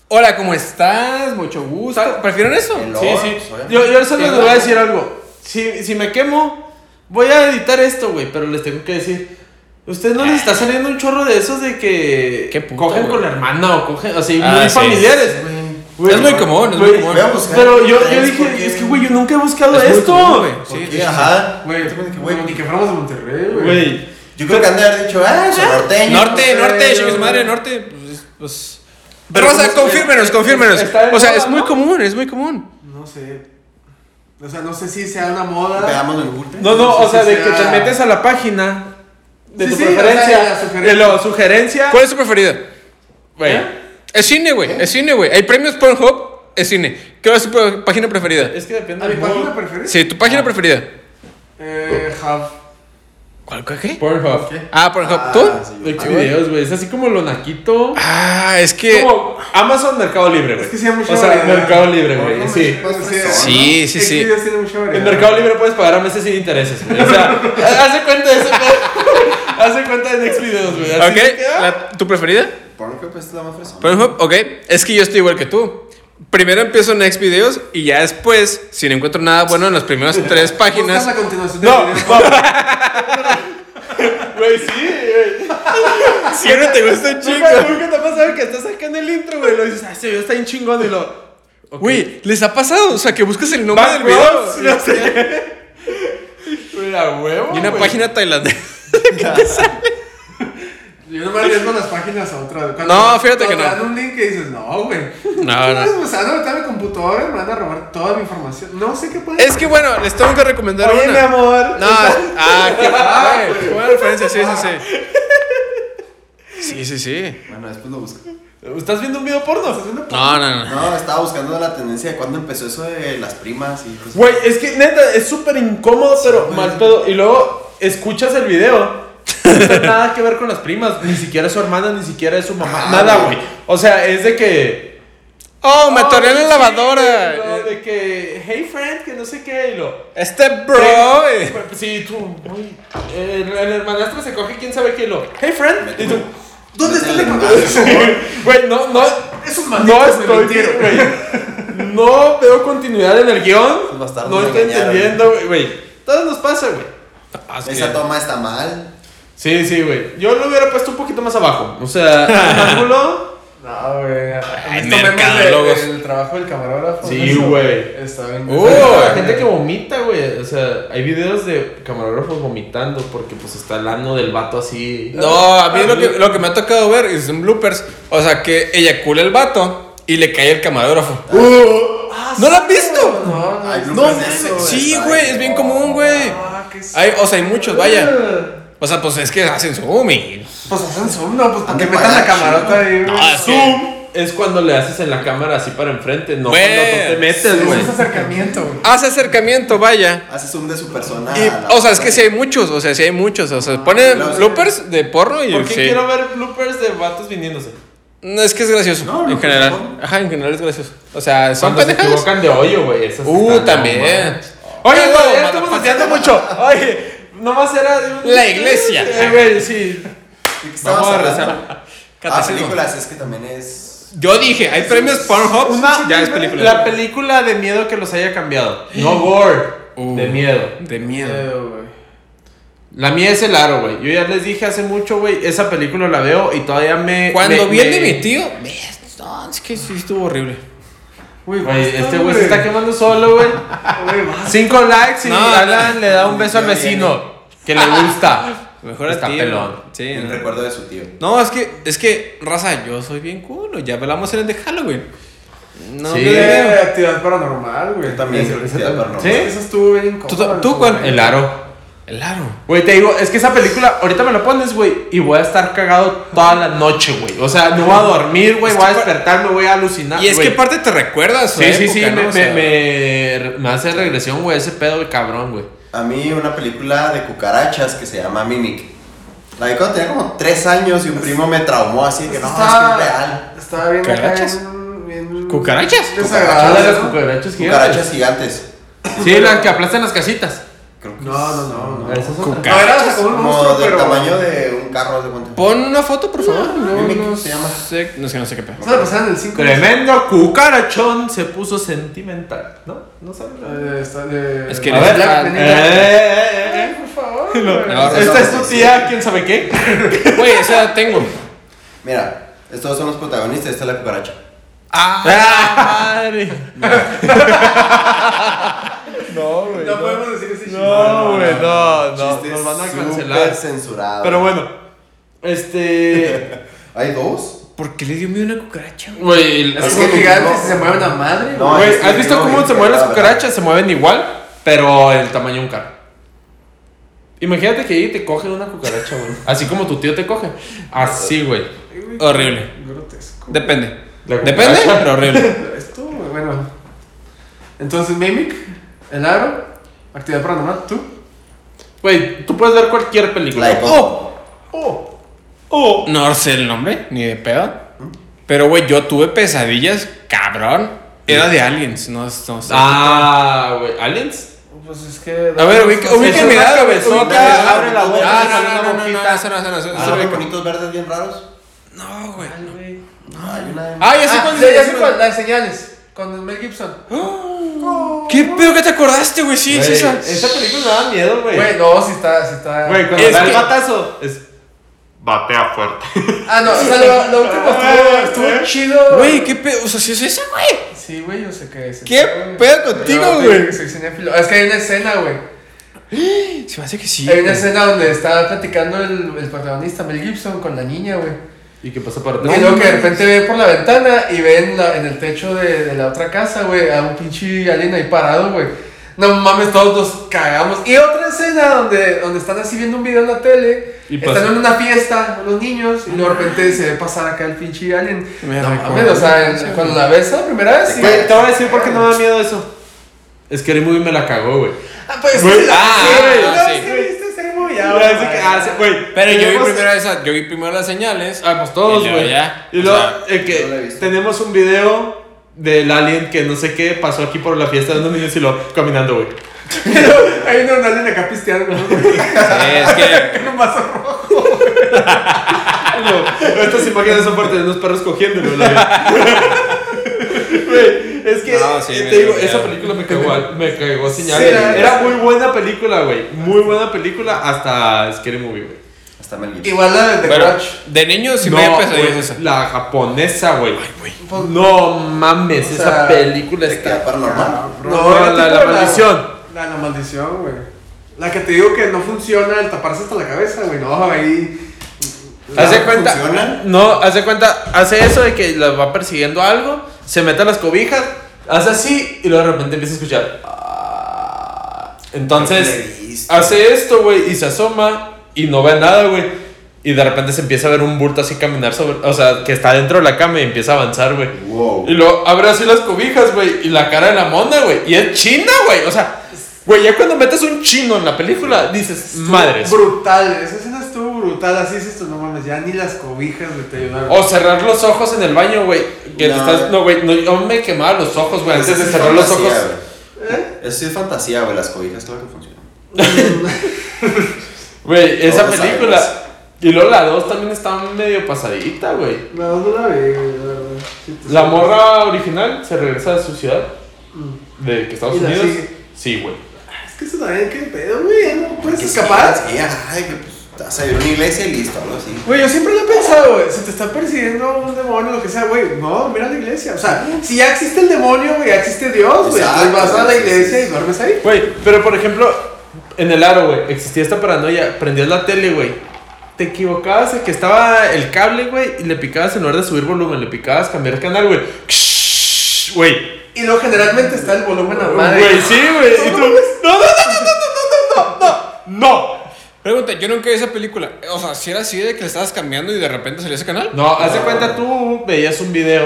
Hola, ¿cómo Ah, estás? Mucho gusto. ¿Prefieren eso? El Sí, lore, sí. pues, obviamente. Yo, yo solo les Sí, voy a claro. decir algo. Si, si me quemo, voy a editar esto, güey. Pero les tengo que decir. Usted no les está saliendo un chorro de esos de que Qué puto, cogen güey. con la hermana o cogen así, Ah, muy sí. familiares. Güey, Es muy común, es muy güey, común. Voy a buscar Pero yo, yo tres dije, porque- es que, güey, yo nunca he buscado Es muy esto. común, güey. ¿Por Sí, qué? sí, sí. Ajá. Güey, Yo también, güey, güey. ni que fuéramos de Monterrey, güey. Güey. Yo creo que han de haber dicho, ah, soy norteño. Norte, no norte, sé, chingue su yo- madre, norte. Pues, pues. eh, Pero Pero, o sea, ¿cómo se- confírmenos, confírmenos. Está de O sea, moda, es muy ¿no? común, es muy común. No sé. O sea, no sé si sea una moda. Pegamos en Google. No, no, o Sí, sea, sí, de sí, que te ah. metes a la página de Sí, tu sí, o sea, preferencia. la sugerencia. De la sugerencia. ¿Cuál es tu preferida? Güey, ¿Eh? Es cine, güey. Es cine, güey. Hay premios Pornhub, es cine. ¿Qué es tu pre- página preferida? Es que depende ¿A mi del modo. página preferida? Sí, tu página preferida. Eh, Hub. ¿Cuál, cuál, qué? Pornhub. Ah, Pornhub. Ah, ¿Tú? sí, yo- Xvideos, güey. Es así como lo naquito. Ah, es que. Como Amazon Mercado Libre, güey. Es que sí hay mucha O sea, variedad. Mercado Libre, No, no güey. me Sí. suena. Pues Sí, sí, sí. Xvideos tiene mucha variedad. En Mercado Libre puedes pagar a meses sin intereses, güey. O sea, hace cuenta de eso. güey. hace cuenta de Next Videos, güey. Así Ok, de que, ah, la- ¿tu preferida? Por lo que pues es la más fresona. Pornhub, ok. Es que yo estoy igual que tú. Primero empiezo en Next Videos y ya después, si no encuentro nada bueno en las primeras tres Buscas la páginas. continuación del No, video. güey, sí, güey. Si no te gusta un Nunca, nunca te ha pasado que estás acá en el intro, güey. Lo dices, ah, ese video está bien chingón. Y lo. ok. Güey, ¿les ha pasado? O sea, que buscas el nombre Back del video. Roads, no sé qué. Güey, a huevo. Y una güey. página tailandesa. Yo no me arriesgo las páginas a otra. Cuando- No, fíjate que cuando no. te dan un link que dices, no, güey. No, no. O sea, no, está mi computadora, me van a robar toda mi información. No sé qué puede Es que bueno, les tengo que recomendar Oye, una. mi amor. No, ah, qué padre. Qué buena referencia, sí, sí, sí. Sí, sí, sí. Bueno, después lo busco. ¿Estás viendo un video porno? ¿Estás viendo No, no, no. No, estaba buscando la tendencia de cuándo empezó eso de las primas y pues, Güey, es que neta, es súper incómodo, pero mal pedo. Y luego escuchas el video. No tiene nada que ver con las primas. Ni siquiera es su hermana, ni siquiera es su mamá. Ah, nada, güey. güey. O sea, es de que. Oh, me atoré en Oh, la sí, lavadora. güey, no, de que. Hey, friend, que no sé qué. Y lo. Este bro. Sí, güey. pues, Sí, tú. güey, El, el hermanastro se coge, quién sabe qué. Y lo. Hey, friend. Y tú. ¿Dónde está el Métele equipo? más. Güey, no, no. Esos No malditos me estoy. mintieron. güey. No veo continuidad en el guión. Pues Los bastardos No me estoy engañaron. entendiendo, güey, güey. Todo nos pasa, güey. Ah, esa toma está mal. Sí, sí, güey. Yo lo hubiera puesto un poquito más abajo. O sea, el ángulo. No, güey. Ay, Esto vemos mercadólogos. El, el trabajo del camarógrafo. Sí, Eso güey. Está bien. Uh, Hay güey. gente que vomita, güey. O sea, hay videos de camarógrafos vomitando porque pues está el ano del vato así. No, a mí lo que, lo que me ha tocado ver es un bloopers. O sea, que eyacula el vato y le cae el camarógrafo. ¿No lo has visto? No, no. Hay no. No, bloopers de mames. eso, Uh. Ah, sí, está güey, bien. es bien común, güey. Ah, qué s- Hay- o sea, hay muchos, vaya. O sea, pues es que hacen zoom y. Pues hacen zoom, no, pues para Han que de metan la pagar, camarota ahí, güey. Pues, No, es que- Zoom es cuando le haces en la cámara así para enfrente, no Güey. cuando tú te metes, Eso güey. es acercamiento, güey. Hace acercamiento, vaya. Hace zoom de su persona. Y, a la o sea, es otra. que sí hay muchos, o sea, sí hay muchos. O sea, pone claro. bloopers de porno y. Porque sí. quiero ver bloopers de vatos viniéndose. No, es que es gracioso, No, en bloopers de general. porno. Ajá, en general es gracioso. O sea, son Cuando se pendejadas. equivocan de hoyo, güey. esas Uh, están- también. Oye, Pero, güey, ya estamos motherfucker. haciendo mucho. Oye, nomás era de un- La iglesia. Eh, güey, sí. ¿De qué estabas Vamos a hablando? rezar. Ah, Catecismo. películas, es que también es. Yo dije, hay premios Pornhub. Una- ya es película. La película de miedo que los haya cambiado. No gore. Uh. De miedo. de miedo. La mía es el aro, güey. Yo ya les dije hace mucho, güey. Esa película la veo y todavía me. Cuando Eh, me- viene me- mi tío, ves, no, es que sí estuvo horrible. Güey, Güey, basta, este güey se está quemando solo, güey. Güey, basta. Cinco likes y No, Alan le da un beso al Ya vecino. Que le gusta. Mejor Está a ti. pelón. Sí, El ¿no? recuerdo de su tío. No, es que, es que, raza, yo soy bien culo. Ya hablamos en el de Halloween. No, Sí. Eh, actividad paranormal, güey. Yo también Sí, creo que sea paranormal. ¿Sí? Eso estuvo bien incómodo. tú cuál? güey. El aro. El aro. Güey, te digo, es que esa película, ahorita me la pones, güey, y voy a estar cagado toda la noche, güey. O sea, no voy a dormir, güey, Es voy a que pa- despertar, me voy a alucinar. Y es Ah, güey. que parte te recuerdas, ¿eh? Sí, sí, sí, me, me, me- me hace regresión, güey, ese pedo, el cabrón, güey. A mí una película de cucarachas que se llama Mimic. La vi cuando tenía como tres años y un primo me traumó así que no, es que es real. Estaba, estaba bien acá ¿Cucarachas? bien- bien- ¿Cucarachas? Ah, la de las Desagradable. ¿no? cucarachas gigantes. Cucarachas gigantes. Sí, las que aplastan las casitas. Creo que No, no, no, no. Esa es otra. Cuca- No, era o sea, como un Como monstruo, del pero. tamaño de un carro de cuenta. Pon una foto, por favor. No, Mimic no se llama. sé- no sé, no sé qué pedo. Eso lo pasaban en el 5. Tremendo cucarachón se puso sentimental, ¿no? No sabes. Eh, Es Es que A ver, Black eh, Panther. eh, eh, eh. Por favor. no, güey. Esta es tu tía, quién sabe qué. Güey, esa la tengo. Mira, estos son los protagonistas, esta es la cucaracha. ¡Ah! madre! No, güey. No podemos decir ese chiste. No, güey, no, no. Chiste Nos van a súper cancelar. censurado. Pero bueno, este. ¿Hay dos? ¿Por qué le dio miedo a una cucaracha? güey? Güey, Las Es cosas que gigantes no. se mueven a madre. No, güey. Güey, es que ¿has visto no, cómo güey, se mueven las la verdad. cucarachas? Se mueven igual, pero el tamaño de un carro. Imagínate que ahí te coge una cucaracha, güey. Así como tu tío te coge. Así, güey. Horrible. Grotesco. Depende. La Depende, cucaracha. pero horrible. Esto, güey, bueno. Entonces, Mimic, El Aro, Actividad Paranormal, tú. Güey, tú puedes ver cualquier película. La de Coco. Oh. Oh. No sé el nombre, ni de pedo. Pero, güey, yo tuve pesadillas, cabrón. Era de aliens, no, no sé. Ah, güey. ¿Aliens? Pues es que. A ver, ubica, Eso ubica es mi una dado, güey. cabezota, ubica- abre la boca, Ah, sale no, una no, no, no, no, boquita. eso no, eso no, eso Ah, no, los eso no. ponitos verdes bien raros. No, güey. Ay, güey. Hay una. Ah, ya sé Ah, cuál sí, es. ya sé cuál, la de señales. Con Mel Gibson. Ah, ¿Qué pedo que te acordaste, güey? Sí, es Güey, esa. Esa película me da miedo, güey. Güey, no, si está. Si está... Güey, cuando Es da el que- batazo. Es. Batea fuerte. Ah, no, o sea, lo, lo último estuvo, estuvo chido. Ah, Güey, qué pedo. O sea, sí es esa, güey. Sí, güey, yo sé que es. ¿Qué pedo contigo, Yo te güey? digo que soy cinéfilo. Es que hay una escena, güey. Se me hace que sí. Hay una güey. escena donde está platicando el, el protagonista Mel Gibson con la niña, güey. ¿Y qué pasa para y luego que de repente ve por la ventana y ve en, la- en el techo de, de la otra casa, güey, a un pinche alien ahí parado, güey. No mames, todos nos cagamos. Y otra escena donde, donde están así viendo un video en la tele, Y están pasa. en una fiesta, los niños, y luego de repente se ve pasar acá el pinche alien. Ah. Me no mames, recuerdo. o sea, en- cuando la ves la primera vez, sí. Güey, te voy a decir por qué no me da miedo eso. Es que Scary Movie me la cagó, güey. Ah, pues, Güey, sí, la- ah, sí, güey, ah, una sí. vez que viste ese movie, ya, Ya, güey, así que- ya. ah, sí, güey. Pero yo vi Tenemos- primero esas. Yo vi primero las señales. Ah, pues todos, Y luego güey. ya, Y o luego, sea, el que yo la he visto. tenemos un video del alien que no sé qué pasó aquí por la fiesta de unos niños y lo caminando, güey. Hay un alien acá pisteando, ¿no? Es que. Un mazo rojo. Y luego, Estas imágenes son parte de unos perros cogiendo, güey. la vi. Güey, es que No, sí, me te digo, dio esa miedo. película me cagó, al- me cagó señal. Sí, la- Era muy buena película, güey. Muy buena película hasta Scary Movie, güey. Hasta Mel Gibson. Igual la de The Pero Grudge. de niño sí me dio pesadillas güey, esa. La japonesa, güey. Pues, No mames, o esa sea, película Te queda está. paranormal. No, era la- tipo la maldición. La, la maldición, güey. La que te digo que no funciona el taparse hasta la cabeza, güey. No, ahí. Haz de ¿No cuenta. funciona? No, haz de cuenta, hace eso de que la va persiguiendo algo, se mete a las cobijas, hace así y luego de repente empieza a escuchar. "Ah". Creo que Entonces, la he visto. hace esto, güey, y se asoma y no ve nada, güey. Y de repente se empieza a ver un bulto así caminar sobre. O sea, que está dentro de la cama y empieza a avanzar, güey. Wow. Y luego abre así las cobijas, güey, y la cara de la mona, güey. Y es china, güey. O sea, güey, ya cuando metes un chino en la película, dices, madres. Brutal. Esa escena estuvo brutal. Así es esto, no mames. Ya ni las cobijas, güey, te ayudaron. O cerrar los ojos en el baño, güey. Que te No. estás. No, güey, no, yo me quemaba los ojos, güey, antes de cerrar los ojos. ¿Eh? Eso sí es fantasía, güey. Las cobijas, claro que funciona. Güey, esa Todos película. sabemos. Y luego la 2 también estaba medio pasadita, güey. No, no la vi, güey, la verdad. Sí, te- La morra original se regresa a su ciudad Mm. de que Estados Y la Unidos. sigue. Sí, güey. Es que eso también, qué pedo, güey. No puedes Que sí, escapar. Sí, ay, que pues, te vas a ir a una iglesia y listo, algo así. Güey, yo siempre lo he pensado, güey. Si te está persiguiendo un demonio o lo que sea, güey, no, mira la iglesia. O sea, si ya existe el demonio, güey, ya existe Dios, güey. Exacto, Pues vas a la sí, sí, iglesia sí. y duermes ahí. Güey, pero por ejemplo, en el aro, güey, existía esta paranoia. Prendías la tele, güey. Te equivocabas de que estaba el cable, güey, y le picabas en lugar de subir volumen, le picabas cambiar canal, güey. Güey, Y luego generalmente está el volumen a madre. Güey, sí, güey. Y tú, No, no, no, no, no, no, no, no, no. ¡No! Pregunta, yo nunca vi esa película. O sea, si era así de que le estabas cambiando y de repente salió ese canal. No, haz de cuenta tú veías un video,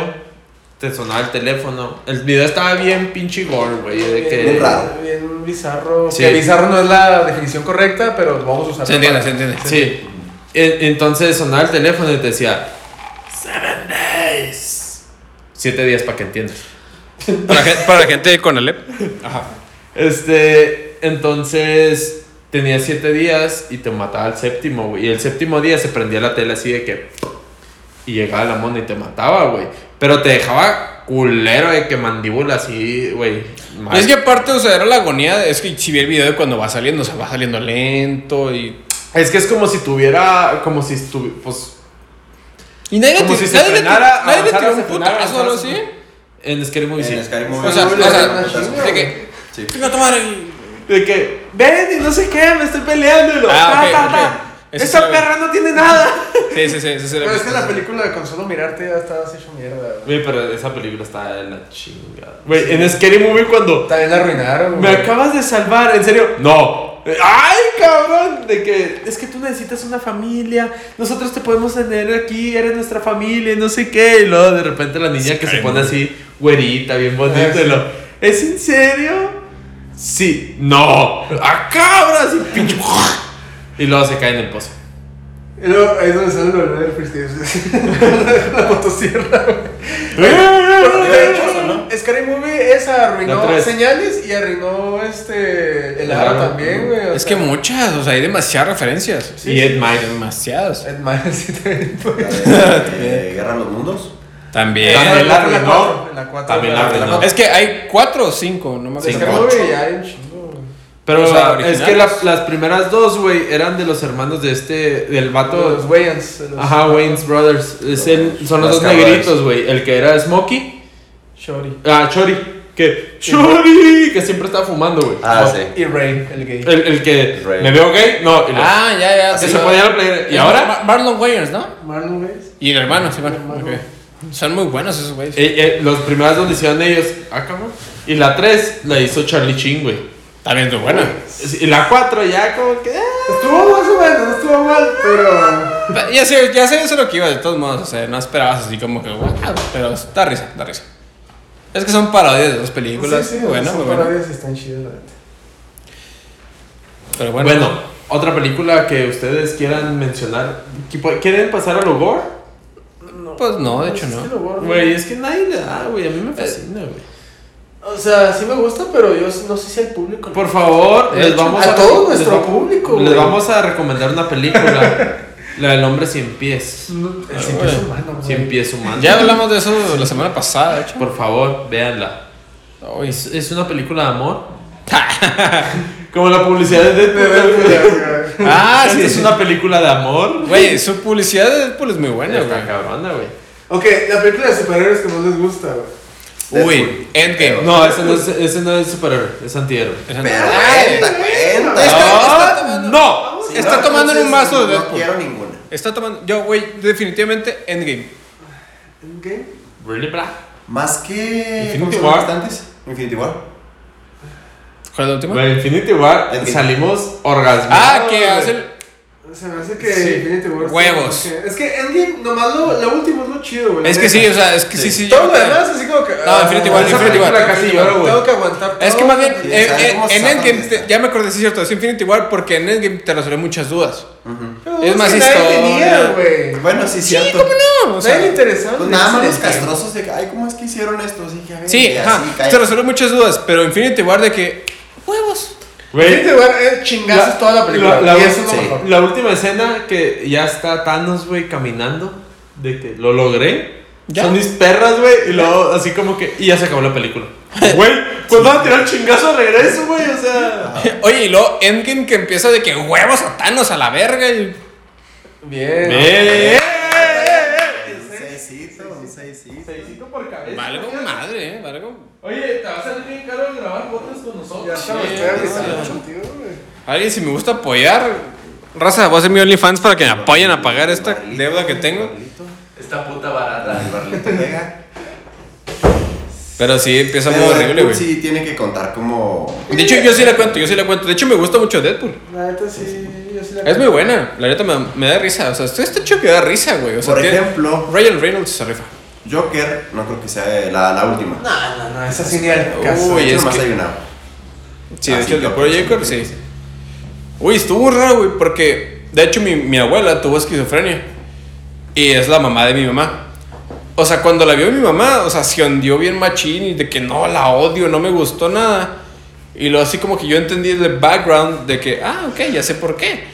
te sonaba el teléfono. El video estaba bien pinche gore, güey. De Bien que. raro. Bien bizarro. Sí. Que bizarro no es la definición correcta, pero vamos a usar. Se entiende, se entiende. Sí. E- Entonces sonaba el teléfono y te decía. Seven days. Siete días para que entiendas. Para, gen- para la gente con Alep. Este, entonces tenía siete días y te mataba al séptimo, güey. Y el séptimo día se prendía la tele así de que. Y llegaba la mona y te mataba, güey. Pero te dejaba culero de que mandíbula así, güey. mal. Es que aparte, o sea, era la agonía. de- Es que si vi el video de cuando va saliendo, o sea, va saliendo lento y. es que es como si tuviera. Como si estuviera. Pues. Y nadie Como le si tiró se nadie le tiró- frenara. nadie le avanzara, tiró un se frenara, putazo o algo así. avanzara, En Scary Movie, sí. En Scary Movie. O sea, o sea, Putazo. de que. Sí. Venga, toma el. De que. Ven y no sé qué, me estoy peleando. Y lo, Ah, ta, ok, ta, ok. ta. Ese Esa sí lo vi. perra no tiene nada. Sí, sí, sí. ese era Pero mi- es que la película de con solo mirarte ya estabas hecho mierda. güey. Güey, pero esa película está de la chingada. Güey, en Scary Movie cuando. También la arruinaron. Me güey. acabas de salvar, en serio. No. Ay, cabrón, de que es que tú necesitas una familia. Nosotros te podemos tener aquí, eres nuestra familia, y no sé qué. Y luego de repente la niña que se cae pone muy- así, güerita, bien Ah, bonita. sí. y lo, ¿Es en serio? Sí, no. A cabras y pinche. Y luego se cae en el pozo. Y luego ahí es donde sale lo del freestyle. la motosierra. Scary Movie esa La arruinó tres. señales y arruinó este el Claro. ara también, güey. o Es sea, que muchas, o sea, hay demasiadas referencias. Sí, y Ed Mylon. Demasiadas. Es más, sí, también. La de, eh, Guerra de los Mundos. También. También la En la arruinó. cuatro, en la cuatro. También la arruinó. Es que hay cuatro o cinco, no me Cinco. Scary acuerdo. Movie ya hay un chingo. güey. Pero O sea, es originales. que la- las primeras dos, güey, eran de los hermanos de este, del vato. Los Wayans. los- Ajá, Wayne's Brothers. Es el- son los Las dos cabras. negritos, güey. El que era Smokey. Shorty. Ah, Chori. Que. Chori. Que siempre estaba fumando, güey. Ah, No, sí. Y Rain, el Eh. gay. El, el que. Rey. ¿Me veo gay? No. y lo- Ah, ya, ya. que sí, se ya. ponía la playera. ¿Y ahora? Mar- Marlon Wayans, ¿no? Marlon Wayans. Y el hermano, sí, bueno, El hermano. ok. Son muy buenos esos güeyes. Eh, eh, los primeros donde hicieron ellos. Ah, cabrón. Y la 3 la hizo Charlie Chin, güey. También muy buena. Y la 4 ya como que. ah. Estuvo más o menos, estuvo mal, pero. Pa- Ya sé, ya sé eso lo que iba, de todos modos. O sea, no esperabas así como que, wow, pero da risa, da risa. Es que son parodias de dos películas. Sí, sí, bueno, son muy bueno. parodias y están chidas, la neta. Pero bueno. Bueno, otra película que ustedes quieran mencionar. ¿Qui- ¿Quieren pasar a lo gore? Pues no, de hecho Es que no. Eh, lo borro. Güey, es que nadie le da, güey. A mí me fascina, güey. O sea, sí me gusta, pero yo no sé si al público. le- Eh, Por favor, De les hecho, vamos a a todo nuestro les va- público, Les güey. vamos a recomendar una película, la del hombre sin pies, El Ah, simple güey. es humano, güey. sin pies humano. Ya hablamos de eso la semana pasada, de hecho. Por favor, véanla. Ay, Oh, Es, es una película de amor. Como la publicidad de De verdad, Deadpool. güey, güey. Ah, sí, es una película de amor. Güey, su publicidad de Deadpool es muy buena, Está güey. cabrona, güey. Ok, la película de superhéroes que más les gusta, güey. Uy, Endgame. No, ese no es, ese no es superhéroe, es antihéroe. Esa no. Pero Ay, cuenta, cuenta. está ¡Ah, tomando- ¡No! Sí, Está no, tomando en un entonces, vaso de No Deadpool. quiero ninguna. Está tomando. Yo, güey, definitivamente Endgame. Endgame. Really, bra. Más que. Infinity ¿cómo se llama War. esta antes? Infinity War. ¿Cuál es la última? Güey, Infinity War Endgame. salimos orgasmados. ah, que güey. hace el. Se me hace que Sí. Infinity War está- Huevos. Es que Endgame, nomás lo, lo último es lo chido, güey. la Es que neta. sí, o sea, es que sí, sí. Todo lo yo- demás, así como que. No, ah, Infinity no, War, esa Infinity War, película casi Infinity lloro, War. güey. Tengo que aguantar Es que todo, más bien, güey. eh, ¿sabes eh, cómo en sacan Endgame, esta? te- ya me acordé, sí, cierto, es Infinity War, porque en Endgame te resuelve muchas dudas. Pero es más que nadie historia. tenía, güey. Pues Bueno, sí, cierto. No, o sea, Nadie le interesaba. Pues nada más Sí, los güey. castrosos de que, ay, ¿cómo es que hicieron esto? Así que, a ver, sí, y ajá, así, cállate. te resuelve muchas dudas, pero Infinity War de que. ¡Huevos! Güey, Infinity War es chingazos toda la película. la- la- y eso es lo sí. mejor. La última escena que ya está Thanos, güey, caminando. De que lo logré. Ya. Son mis perras, güey. Y luego, así como que. Y ya se acabó la película. Güey, pues van a tirar el chingazo de regreso, güey. O sea. Oye, y luego Endgame que empieza de que huevos a Thanos a la verga. Y... Bien. ¡Eh! Un seisito, un seisito. Valgo madre, ¿eh? Valgo. Oye, te va a salir bien caro grabar botas con Ya nosotros. está, me estoy avisando contigo, güey. Alguien, si me gusta apoyar. Raza, voy a hacer mi OnlyFans para que me apoyen a pagar esta Barlito, deuda que el tengo. barlito, Esta puta el barata. barlito llega. Pero sí, empieza Pero muy horrible, Deadpool güey. sí tiene que contar como. De hecho, yo sí la cuento, yo sí la cuento. De hecho, me gusta mucho Deadpool. La neta sí, yo sí la Es muy buena. La neta me, me da risa. O sea, esto está hecho que da risa, güey. O sea, Por tiene- ejemplo- Ryan Reynolds se rifa. Joker, no creo que sea eh, la, la última. No, no, no, esa sí ni al caso. De Uy, hecho, es nomás que- hay una. Sí, Ah, de sí, hecho, el de claro, Puro sí, Jacob, sí. sí. Uy, estuvo raro, güey, porque de hecho mi, mi abuela tuvo esquizofrenia. Y es la mamá de mi mamá. O sea, cuando la vio mi mamá, o sea, se hundió bien machín y de que no, la odio, no me gustó nada. Y luego así como que yo entendí el background de que, ah, ok, ya sé por qué.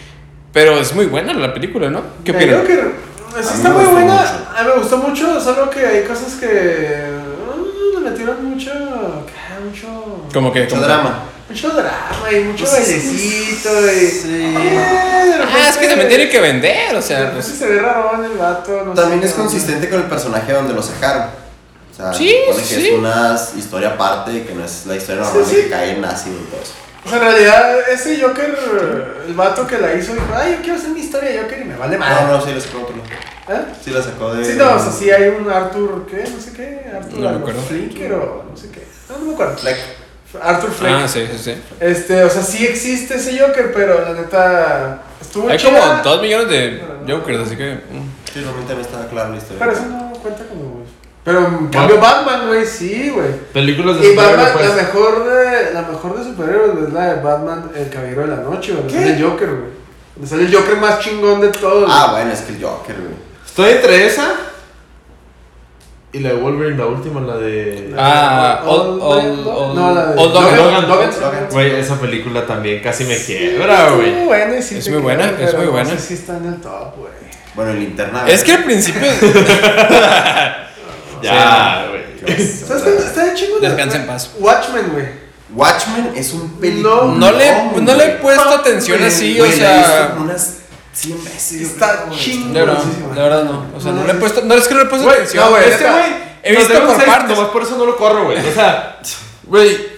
Pero es muy buena la película, ¿no? ¿Qué La opinas? Joker, sí A mí está me muy gustó buena. mucho. A mí me gustó mucho, solo que hay cosas que. mm, Le metieron mucho. acá, Mucho. Como que... Mucho como- drama. Mucho drama y mucho Pues, bailecito y. sí. Eh, Ah, de es que repente- también tiene que vender, o de sea... repente pues- se ve raro el vato. no También sé, es no. consistente con el personaje donde lo sacaron. O sea, Sí, se supone sí, que sí. es una historia aparte, que no es la historia normal Sí, de sí. que cae en ácido y todo eso. O sea, en realidad, ese Joker, el vato que la hizo, dijo: Ay, yo quiero hacer mi historia de Joker y me vale No, madre. no, sí la sacó otro. ¿Eh? Sí la sacó de. Sí, Ah, no, o sea, sí hay un Arthur, ¿qué? No sé qué. Arthur No me algo, acuerdo. Flicker o no sé qué. Ah, No, no me acuerdo. Fleck. Arthur Fleck. Ah, sí, sí, sí. Este, o sea, sí existe ese Joker, pero la neta estuvo Hay como chida. 2 millones de Jokers, así que... mm. Sí, realmente no estaba clara la historia. Pero eso no cuenta como, güey. Pero en cambio Batman, güey, sí, güey. Películas de Y Batman, superhéroes, pues. la mejor de, la mejor de superhéroes güey, es la de Batman, el caballero de la noche, güey. ¿Qué? Donde sale el Joker, güey. Donde sale el Joker más chingón de todos. Ah, bueno, es que el Joker, güey. Estoy entre esa y la de Wolverine, la última, la de. güey. Ah, Old- Old- Old- Old- Old- no, la de Old Logan, Logan, Logan. Güey, esa película también casi me quiebra, Sí, güey. Es muy buena, y sí. Es te muy creo, buena, es pero muy no buena. sé si está en el top, güey. Bueno, el interna. Es que al principio... Ya, güey. ¿Sabes qué? Está de chingón. Descansa en paz. Watchmen, güey. Watchmen es un No, película. No le, pues, no le he puesto atención así, o sea. unas 100 veces. yo Está creo, güey. chingón. De verdad, de verdad no. O sea, no le he puesto. No es que no le he puesto Güey, atención. no, güey, Este neta, güey. He nos visto debemos por ir, partes. Nomás por eso no lo corro, güey. O sea, Güey.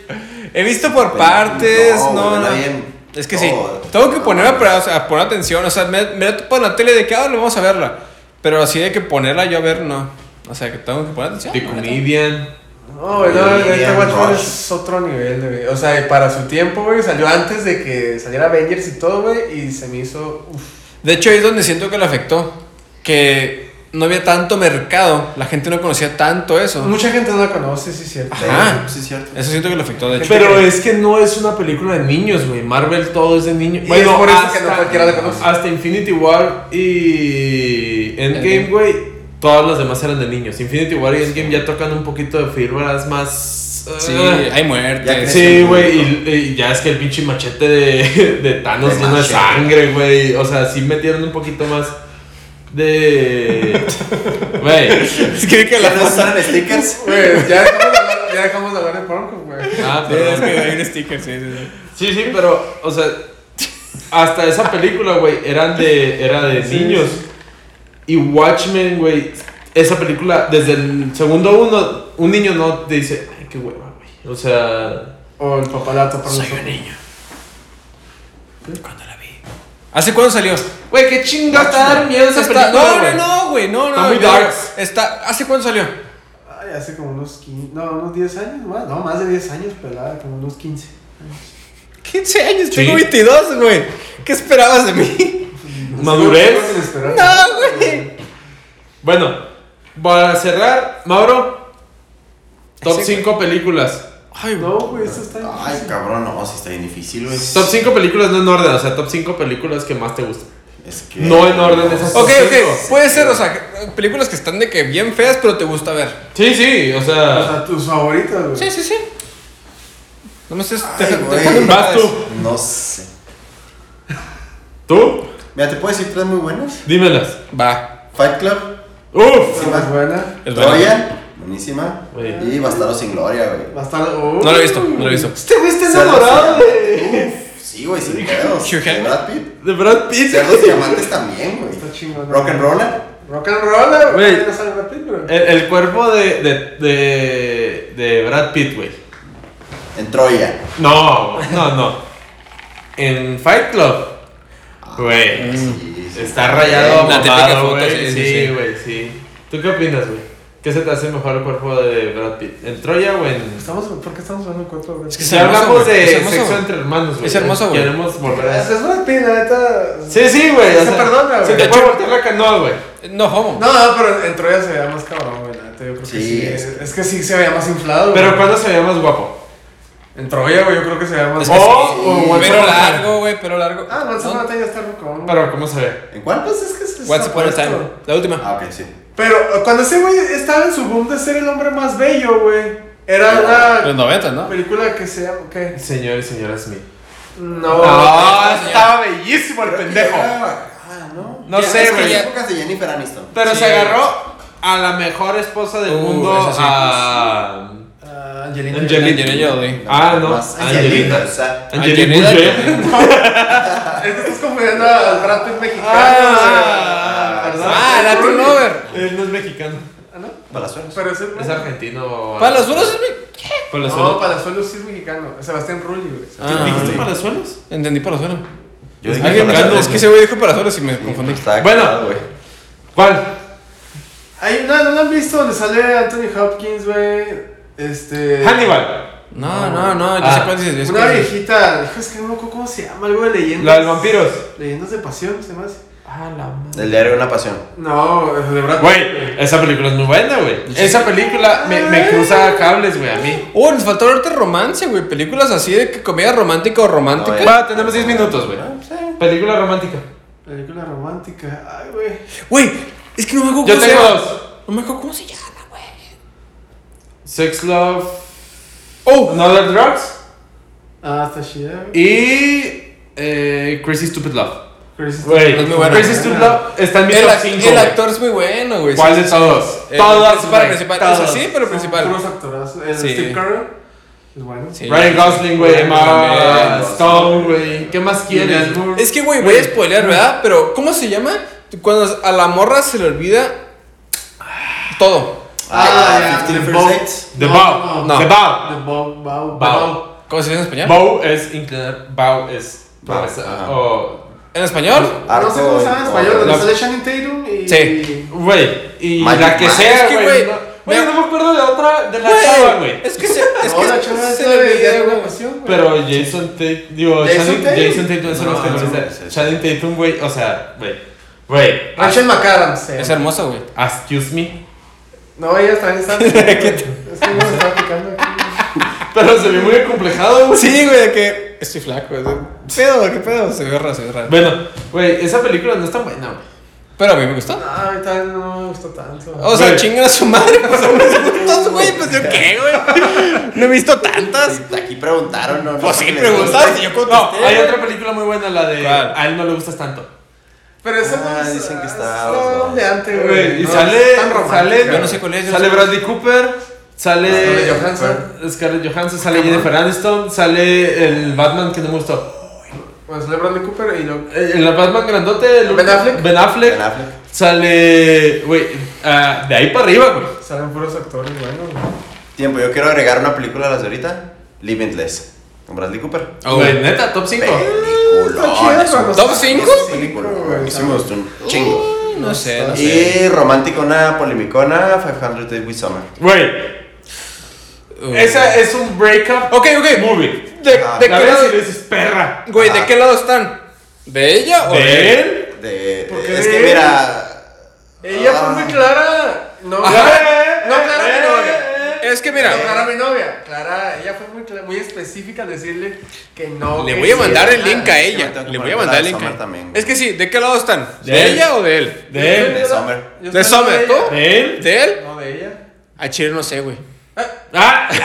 He visto por Pues, Pero, partes. no, No, güey, no. está bien. Es que sí. No, Tengo que no, ponerme no. a, a poner atención. O sea, me, me la topo en la tele de que ahora vamos a verla. Pero así de que ponerla yo a ver, no. O sea, que tengo que poner atención. The la neta. Comedian. No, güey, no, Bien, este Watchmen Rush. es otro nivel, güey. O sea, y para su tiempo, güey, salió antes de que saliera Avengers y todo, güey, y se me hizo. Uf. De hecho, ahí es donde siento que le afectó. Que no había tanto mercado. La gente no Ah. conocía tanto eso. Mucha gente no la conoce, sí, es cierto. Ajá. Sí, es cierto. Eso siento que le afectó, de hecho. Pero es que no es una película de niños, güey. Marvel todo es de niños. Y es por eso que no cualquiera la conoce. Hasta Infinity War y Endgame, Endgame. güey. Todas las demás eran de niños. Infinity War y Endgame ya tocan un poquito de fibras más. Sí, ah. hay muertes. Ya que- Sí, güey, y, y ya es que el pinche machete de, de Thanos De lleno de machete. sangre, güey. O sea, sí metieron un poquito más de. Güey. Es que que ¿Ya no usaron stickers? Güey, ya dejamos de hablar, ya dejamos de hablar de Porco, güey. Ah, Es perdón. que hay un sticker, sí, sí, sí. Sí, sí, pero, o sea, hasta esa película, güey, eran de, era de niños. Y Watchmen, güey, esa película, desde el segundo uno, un niño no te dice, ay, qué hueva, güey. O sea, O el papalato por Soy nosotros. un niño. Cuando la vi. ¿Hace cuándo salió? güey, qué chinga está dar miedo esa Está- no, película, no, güey. no, güey, no, no. Está muy no, dark. Está, ¿Hace cuándo salió? Ay, hace como unos 15, no, unos 10 años más, no, más de 10 años, pelada, como unos 15. 15 años, Sí. tengo 22, güey. ¿Qué esperabas de mí? Madurez. Sin esperar. No, güey. Bueno, para cerrar, Mauro, top Sí, 5 películas. Ay, güey. No, güey, esto está. Ay, cabrón, no, sí está bien difícil, güey. Top 5 películas no en orden, o sea, top 5 películas que más te gustan. Es que. No en orden esas- Ok, cinco. ok, puede ser, o sea, películas que están de que bien feas, pero te gusta ver. Sí, sí, o O sea, sea, tus favoritas, güey. Sí, sí, sí. No me estés Ay, te- te- güey. dejando en Vas paz. tú. No sé. tú, Mira, te puedo decir tres muy buenas: dímelas. Va. Fight Club, Uf, Una más buena. Es buena. Troya, buenísima. Güey. Y Bastardo sin Gloria, güey. Bastardo. No lo he visto, no lo he visto. Este güey está Cerdos enamorado y- de. Uf, Sí, güey, sin pedos. Hugh De Jackman. Brad Pitt. de Brad Pitt. Cerdos y diamantes también, güey. Está chingón. Rock and Roller. Rock and roll, Güey. Eh. No sale Brad Pitt, güey. El, el cuerpo de, de, de, de Brad Pitt, güey. En Troya. No, no, no. En Fight Club, güey. Sí, sí. Está rayado. La mamado, típica foto, güey. sí, sí, Sí, sí. güey, sí. ¿Tú qué opinas, güey? ¿Qué se te hace mejor el cuerpo de Brad Pitt? ¿En Troya o en.? Estamos, ¿Por qué estamos hablando de cuerpo de Brad Es Pitt? que Si Es ya hermoso, hablamos güey. de Es hermoso, sexo güey. entre hermanos, güey. Es hermoso, güey. Queremos volver a Es es Brad Pitt, la neta. Sí, sí, güey. Se o sea, perdona, Se güey. te De puede hecho- voltear la canoa, güey. No, homo. No, no, pero en Troya se veía más cabrón, güey. la neta, Yo creo que Sí, sí. es- Es, es que sí se veía más inflado. güey. Pero ¿cuándo se veía más guapo? En Troya, güey, yo creo que se veía más. ¡Oh! O, o Once Pero Upon a Time. largo, güey, pero largo. Ah, Once Upon No. a Time ya está rucón. Pero ¿cómo se ve? ¿En cuál? Pues es que es. es What's upon a apuesto. time? La última. Ah, ok, sí. Pero eh, cuando ese güey estaba en su boom de ser el hombre más bello, güey. Era una Los 90, ¿no? película que se llama. ¿Qué? Señor y señora Smith. No. No, estaba bellísimo el Ah, no. No Ya, sé, es que güey. ya- épocas de Jennifer Aniston. Pero Sí. se agarró a la mejor esposa del Uh, mundo. esa sí. A... Ah, Angelina. Angelina. Angelina Jolie. Ah, no. Más Angelina. O sea, Angelina Angelina Jolie. Ah, Es que estás confundiendo al Brad Pitt mexicano. Ah, o sea, perdón. Ah, la turnover. Él no es mexicano. Ah, ¿no? Palazuelos. Pero ese Es argentino. Palazuelos es mi. No, Palazuelos. Palazuelos sí es mexicano. Sebastián Rulli, güey. Ah. ¿Dijiste Palazuelos? Entendí Palazuelos. Yo dije Alguien Palazuelos, Es que ese güey dijo Palazuelos y me confundí. Estaba Bueno. cagado, güey. ¿Cuál? Hay una, ¿no la han visto donde sale Anthony Hopkins, güey? Eh, Este. Hannibal. No, no, no, yo Ah. sé cuál dices. yo sé Una cuál dices. viejita. Hijo, es que no me acuerdo cómo se llama, algo de leyendas. La del vampiros. Leyendas de pasión, se llama así. Ah, la madre. El diario de una pasión. No, es de Brad Pitt, Güey, esa película es muy buena, güey. Esa película me, me cruza cables, güey, a mí. Oh, nos faltó ahorita romance, güey. Películas así de que comedia romántica o romántica. No, ya. Va, tenemos 10 minutos, güey. Película romántica. Película romántica. Ay, güey. Güey, es que no me acuerdo eh. Yo cómo se tengo llama. dos. No me acuerdo cómo se llama, güey. Sex Love. Oh, Another Drugs. Ah, está chida, güey. Y. eh, Crazy Stupid Love. Crazy Güey, Stupid es muy buena. Crazy Stupid Love está en mi El, top ac- 5. el actor es muy bueno, güey. ¿Cuál Sí, de sí, todos? sí. El Todas, principal, güey, principal. todas. O sea, sí, pero Son principal. puros actorazos. El Sí. Steve Carell. Es bueno. Sí. Ryan Gosling, güey, Emma También. Stone, güey. ¿Qué más quieres? Julianne Moore. Es que, güey, voy a spoilear, ¿verdad? Pero, ¿cómo se llama? Cuando a la morra se le olvida todo. Ah, Ah, ya, 15 The First Bow. Dates. The No, Bow. no. The Bow. The Bow, Bow, Bow. ¿Cómo se dice en español? Bow es inclinar. Bow es. Bow, es- ajá. o- ¿En español? No sé cómo se llama en español, donde La- sale Shannon Tatum y. Sí. Güey, y Magic la que Mike. sea, Es que, güey. güey, no- me- Güey, no me acuerdo de otra, de la Güey, chava, güey. Es que se, es No, que la se- chava se esa le de olvida, Diario de una güey. pasión, güey. Pero Jason Tatum, digo, ¿Jason Channing- Tatum? Jason Tatum es No, uno de los no, terroristas. no, sí, sí. Channing Tatum, güey, o sea, güey, güey, ah, Rachel McAdams. se Es llama. hermosa, güey. excuse me. No, ella también está. es que no se está picando aquí. Pero se ve muy acomplejado, güey. Sí, güey, de que estoy flaco. es de- pedo? ¿Qué pedo? Se ve raro, se ve raro. Bueno, güey, esa película no es tan buena, güey. Pero a mí me gustó. Ah, ahorita no me gustó tanto. O sea, Güey. chingan a su madre. Pues son unos gustos, güey. Pues yo qué, güey. No he visto tantas. Aquí preguntaron, ¿no? Pues sí, No, preguntaste. Yo No, contesté. hay otra película muy buena, la de ¿Eh? ¿Cuál? A él no le gustas tanto. Pero esa Ah, no es- dicen que está- Está ondeante, güey. Güey, y No, sale, es tan romántica. Ah, sale, Yo no sé cuál es, yo no sale sé cuál Bradley Cooper, sale Scarlett Johansson. Scarlett Johansson, sale Jennifer Aniston, sale el Batman que no me gustó. Bueno, sale Bradley Cooper Pues, y lo. Eh, El Batman grandote, el- Ben Affleck. Ben Affleck. Ben Affleck. Sale, güey, ah, de ahí para arriba, güey. Salen puros actores buenos, güey. Tiempo, yo quiero agregar una película a las de ahorita. Limitless. Con Bradley Cooper. Ah, Oh, Güey, neta, top 5. Está chida, pero no Peliculón. ¿Top está- cinco? no está Película, cinco, güey. güey. Sí me gustó un chingo. No sé, no sé. Y románticona, polemicona, 500 Days with Summer. Güey, esa es un breakup Ok, ok. movie. eh, ¿De, Ah, de La qué ves lado, y le dices, perra. güey, ¿de Ah. qué lado están? ¿De ella o ¿De de él? De, ¿Por qué? es que mira. Ella fue Ah. muy clara. No, Ajá. Clara- no, Clara, Eh, mi novia. eh, eh. Es que No, Clara, mira, mi novia. Clara, ella fue muy, clara- muy específica al decirle que no. le que voy a sí, mandar el nada. link a es que me ella. tengo que Le voy a poner mandar el la link. Summer a- también. Es que sí, ¿de qué lado están? De ¿De ella o de él? ¿De él? De Summer. Yo De estoy hablando Summer, ella. ¿tú? ¿De él? ¿De él? No, de ella. A Chile no sé, güey. Ah, Es que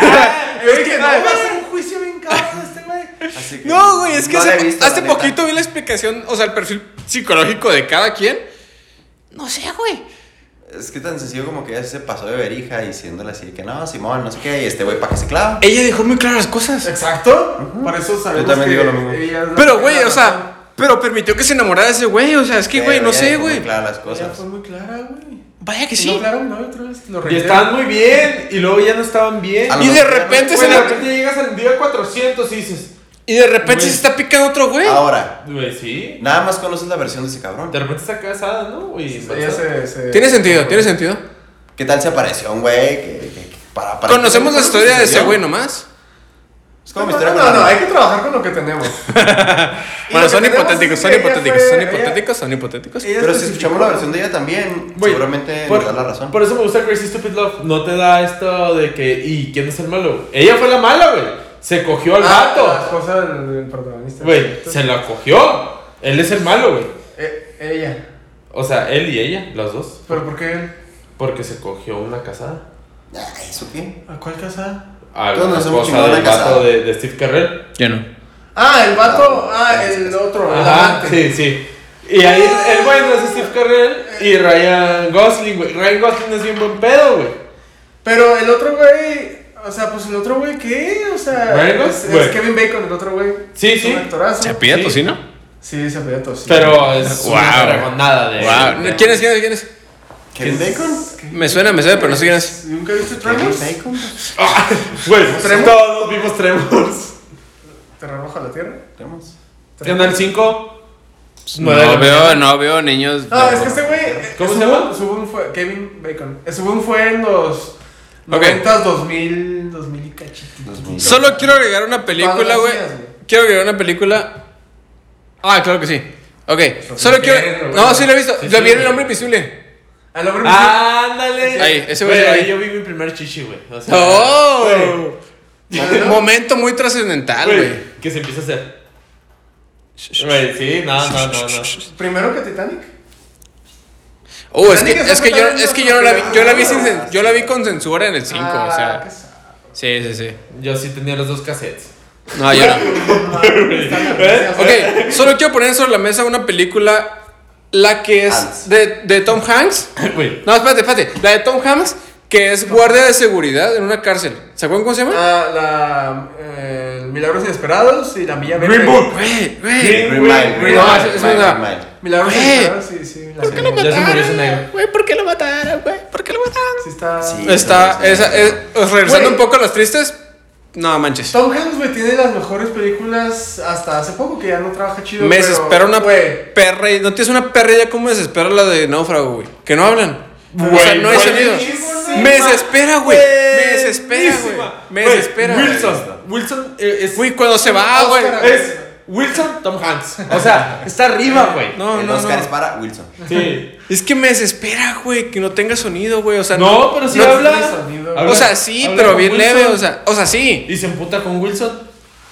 no, va güey. a ser un juicio bien caro este güey. Así que- No, güey, es que No la hace, he visto, hace la neta. poquito vi la explicación, o sea, el perfil psicológico de cada quien. No sé, güey. Es que tan sencillo como que ella se pasó de verija diciéndole así que no, Simón, no sé qué, y este güey para que se clava. Ella dejó muy claras las cosas. Exacto. Por eso sabemos también que digo lo mismo. ella es la Pero, que güey, la o razón. sea, pero permitió que se enamorara de ese güey. O sea, es que, Pero güey, no ella sé, dejó muy güey. claras las Ella cosas. fue muy clara, güey. Vaya que Y sí. No, claro, mi novia otra vez. Lo Y reitero. estaban muy bien, y luego ya no estaban bien. Ah, A lo Y de mejor ya no- repente se Güey, de le- repente llegas al día 400 y dices, Y de repente Güey. se está picando otro güey. Ahora, güey, sí. nada más conoces la versión de ese cabrón. De repente está casada, ¿no? güey? Ella se- se- Tiene sentido, tiene sentido. ¿Qué tal se apareció un güey? que- que- que- para- para- Conocemos la historia de ese güey nomás. Es No, como mi no, historia no, no, paranormal. hay que trabajar con lo que tenemos. Bueno, Y lo que son tenemos hipotéticos, es son que ella hipotéticos, fue- son ella- hipotéticos, son hipotéticos. ella Pero si especificó- escuchamos la versión de ella también, Güey, seguramente por- nos da la razón. Por eso me gusta Crazy Stupid Love. No te da esto de que, ¿y quién es el malo? Ella fue la mala, güey. Se cogió al Ah, La vato. esposa del, del protagonista. Güey, se la cogió. Él es el malo, güey. Eh, ella. O sea, él y ella, las dos. ¿Pero por qué él? Porque se cogió una casada. Ay, Ah, ¿Eso qué? ¿A cuál casada? A Todos la nos esposa hemos chingado una del vato casada. de, de Steve Carrell. Yo no. Ah, el vato. Ah, el otro. El Ajá, amante. sí, sí. Y ahí el bueno es Steve Carrell y Ryan Gosling, güey. Ryan Gosling es bien buen pedo, güey. Pero el otro güey. O sea, pues el otro güey, ¿qué? O sea, ¿Ryan es, Gosling? es Kevin Bacon, el otro güey. Sí, Es un sí. actorazo. ¿Chapilla Sí. tocino? Sí, se apellida Tocino. Pero es Wow. una dragonada de. Wow. ¿Quién es? ¿Quién es? ¿Quién es? ¿Kevin Bacon? Me suena, me suena, pero no sé quién es. ¿Nunca viste ¿Kevin Tremors? Bacon? Ah, Güey, Tremors. todos vimos Tremors. ¿Terror bajo la tierra? Tenemos. Canal 5. No nueve de la veo, no veo niños. No, es que este güey. ¿Cómo su se boom- llama? Su boom fue. Kevin Bacon. Eh, Su boom fue en los. Ok. 90s, 2000, 2000 y cachitito. Solo quiero agregar una película, Cuando güey. hacías, güey. Quiero agregar una película. Ah, claro que sí. Ok, Lo solo que quieres, quiero. lo No, que- sí lo he visto. Sí, Lo sí, vi en güey. el hombre invisible. Al hombre Ah. Ándale. Ahí, ese güey era Ahí ahí. yo vi mi primer chichi, güey. O sea, ¡Oh! güey, Güey. Momento muy trascendental, güey. güey, que se empieza a hacer. Güey, sí, no, no, no, no. Primero que Titanic. Oh, es que, Titanic es es que yo, totalmente es que yo no la vi, yo la vi sin, otro- yo la vi con censura en el 5, Ah, o sea. qué sa- Sí, sí, sí. Yo sí tenía los dos cassettes. No, yo no. Está bien, ¿eh? o sea, Ok, solo quiero poner sobre la mesa una película, la que es Hans. de, de Tom Hanks. Güey. No, espérate, espérate. La de Tom Hanks, que es guardia de seguridad en una cárcel. ¿Se acuerdan cómo se llama? Ah, la. eh, Milagros Inesperados y la Milla Verde. Green Book. Güey, güey. Green Green Mile, Green Green Mile, Mile, es Mile, una- Green Mile. Milagros Güey. Inesperados, sí, sí. La qué no me- sí, Ya se murió ese negro. Güey, ¿por qué lo mataron, güey? ¿Por qué lo mataron? sí está. Sí. Está, esa, es, os regresando Güey. un poco a las tristes. No manches. Tom Hanks, güey, tiene las mejores películas hasta hace poco que ya no trabaja chido. Me pero, desespera una Güey, perra. y- ¿No tienes una perra ya como me desespera la de náufrago, güey? Que no hablan. o sea, no hay Güey, sonido. buenísima. Me desespera, güey. Me desespera, güey. Buenísima. Me Güey, desespera. Wilson. Wilson eh, es. Güey, cuando se va, güey. Oscar, Es Wilson Tom Hanks. O sea, está arriba, güey. No, el no, Oscar es no. para Wilson. Sí. Es que me desespera, güey, que no tenga sonido, güey. O sea, No, pero sí no- habla. tiene sonido. Habla- O sea, sí, habla pero con bien Wilson leve. O sea, o sea, sí. Y se emputa con Wilson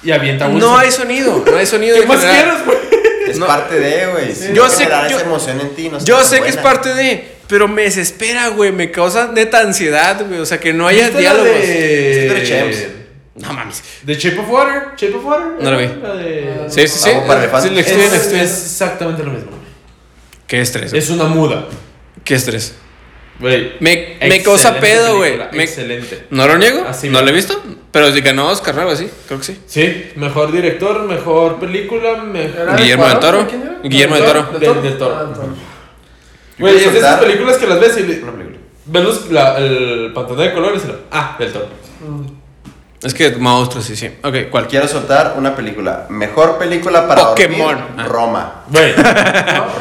y avienta a Wilson. No hay sonido. No hay sonido. ¿Qué en más general. quieres, güey? Es No. parte de, güey. Si Yo no sé- generar yo- esa emoción en ti. No Yo tan sé que es buena. parte de. Pero me desespera, güey. Me causa neta ansiedad, güey. O sea, que no haya ¿Viste la diálogos. De... Estoy de Champs. No mames. The Shape of Water. Shape of Water. No la vi. La de- Sí, sí, sí. Vamos para elefantes. Sí, le Es, estoy- le estoy- es exactamente lo mismo. Qué estrés. Es una muda. Qué estrés. Güey. Me, me excelente causa pedo, güey. película, Me- Excelente. ¿No lo niego? Así ¿No mismo. lo he visto? Pero si ganó Oscar, ¿no? Algo así. Creo que sí. Sí, mejor director, mejor película, mejor. ¿Era Guillermo del Cuarón? Toro. ¿Quién era? Guillermo del Del- Toro. del Toro. Ah, del Toro. Güey, es de esas soltar- películas que las ves y le- Una película. ves los- la- el pantano de colores y lo. Ah, del todo. Es que monstruos, sí, sí. Ok, ¿cuál? Quiero soltar una película. Mejor película para Pokémon. dormir, Ah. Roma. Güey.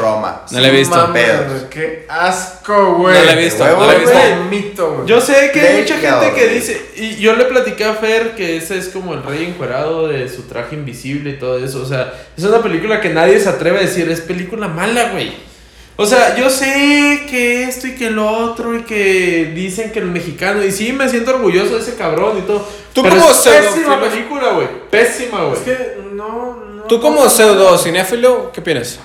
Roma. No la he visto. Mames, Pedos. güey, Qué asco, güey. No la he visto, no la he visto. Mito, güey. Yo sé que hay Del mucha gente creador. que dice, y yo le platiqué a Fer que ese es como el rey encuerado de su traje invisible y todo eso. O sea, es una película que nadie se atreve a decir, es película mala, güey. O sea, yo sé que esto y que lo otro y que dicen que el mexicano, y sí, me siento orgulloso de ese cabrón y todo. Tú pero como es pésima pseudofilo- película, güey. Pésima, güey. Es que no. no Tú como pseudo cinéfilo, ¿qué opinas?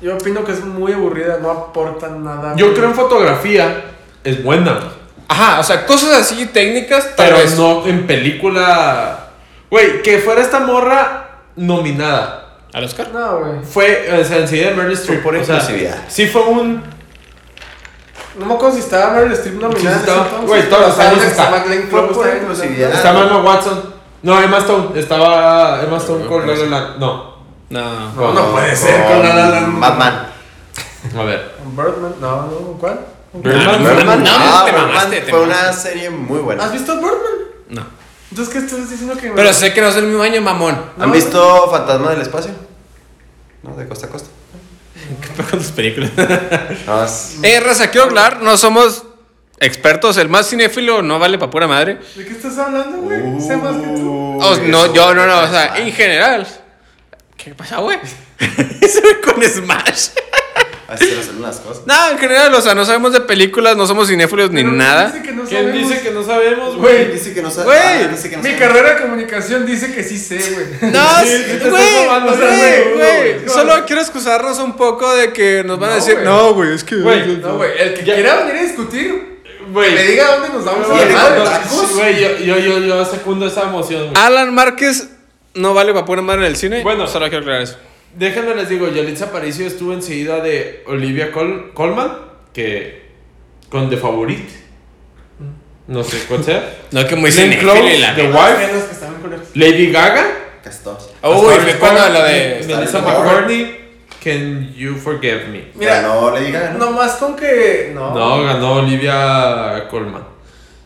Yo opino que es muy aburrida, no aporta nada. Yo güey. creo en fotografía, es buena. Ajá, o sea, cosas así técnicas, tal Pero vez. no en película. Güey, que fuera esta morra nominada. ¿Al Oscar? No, güey. Fue, o sea, enseguida Meryl Streep. por o sea, inclusividad. sí fue un. No me acuerdo si estaba Meryl Streep nominada. Sí, sí estaba. en ese entonces, Güey, todos los pero estaba años Alex está. McLean Fue Club, por estaba inclusividad. nominada. Estaba Emma Watson. No, Emma Stone. Estaba Emma Stone con La La Land. No. No. No, no puede ser, con La La Land. Batman. A ver. Birdman, no, no, ¿cuál? Birdman. no, Birdman. no, Ah, te Batman mamaste, te Fue mamaste. una serie muy buena. ¿Has visto Birdman? No. Entonces, ¿qué estás diciendo que.? Pero sé que no es el mismo año, mamón. ¿Han no. visto Fantasma del Espacio? No, de costa a costa. ¿Qué con tus películas? No, es... Eh, raza, quiero hablar, no somos expertos, el más cinéfilo no vale para pura madre. ¿De qué estás hablando, güey? sé más que tú. Oh, no, eso, yo no, no, o Uh. ah. sea, en general. ¿Qué pasa, güey? Eso con Smash. Así se resuelven las cosas. No, en general, o sea, no sabemos de películas, no somos cinéfilos ni Pero nada. Dice que no ¿Quién sabemos. dice que no sabemos, güey? Güey, dice que no sabe. Güey, ah, dice que no Mi sabe. carrera de comunicación dice que sí sé, güey. No, Sí, sí, sí te estás güey, robando, o sea, güey, no, güey. güey. Solo quiero excusarnos un poco de que nos van a No, decir, güey. no, güey, es que. Güey, No, güey. El que Ya- quiera venir a discutir, Güey. me diga dónde nos vamos a Viene llamar. con güey. tacos. Güey, yo, yo, yo, yo secundo esa emoción, güey. Alan Márquez no vale para pura madre en el cine. Bueno. solo quiero aclarar eso. Déjenme les digo, Yalitza Aparicio estuvo enseguida de Olivia Col Colman, que con The Favorite. No sé cuál sea. No, que muy Glenn Close, cinéfilo y la. The Más o Wife, menos que estaban con él. Lady Gaga. Castos. Uy, Scarlett Oh, me acuerdo Johansson, lo de. Melissa Scarlett McCartney. Can you forgive me? Mira, no le digan. Nomás con que. No. No, ganó Olivia Colman.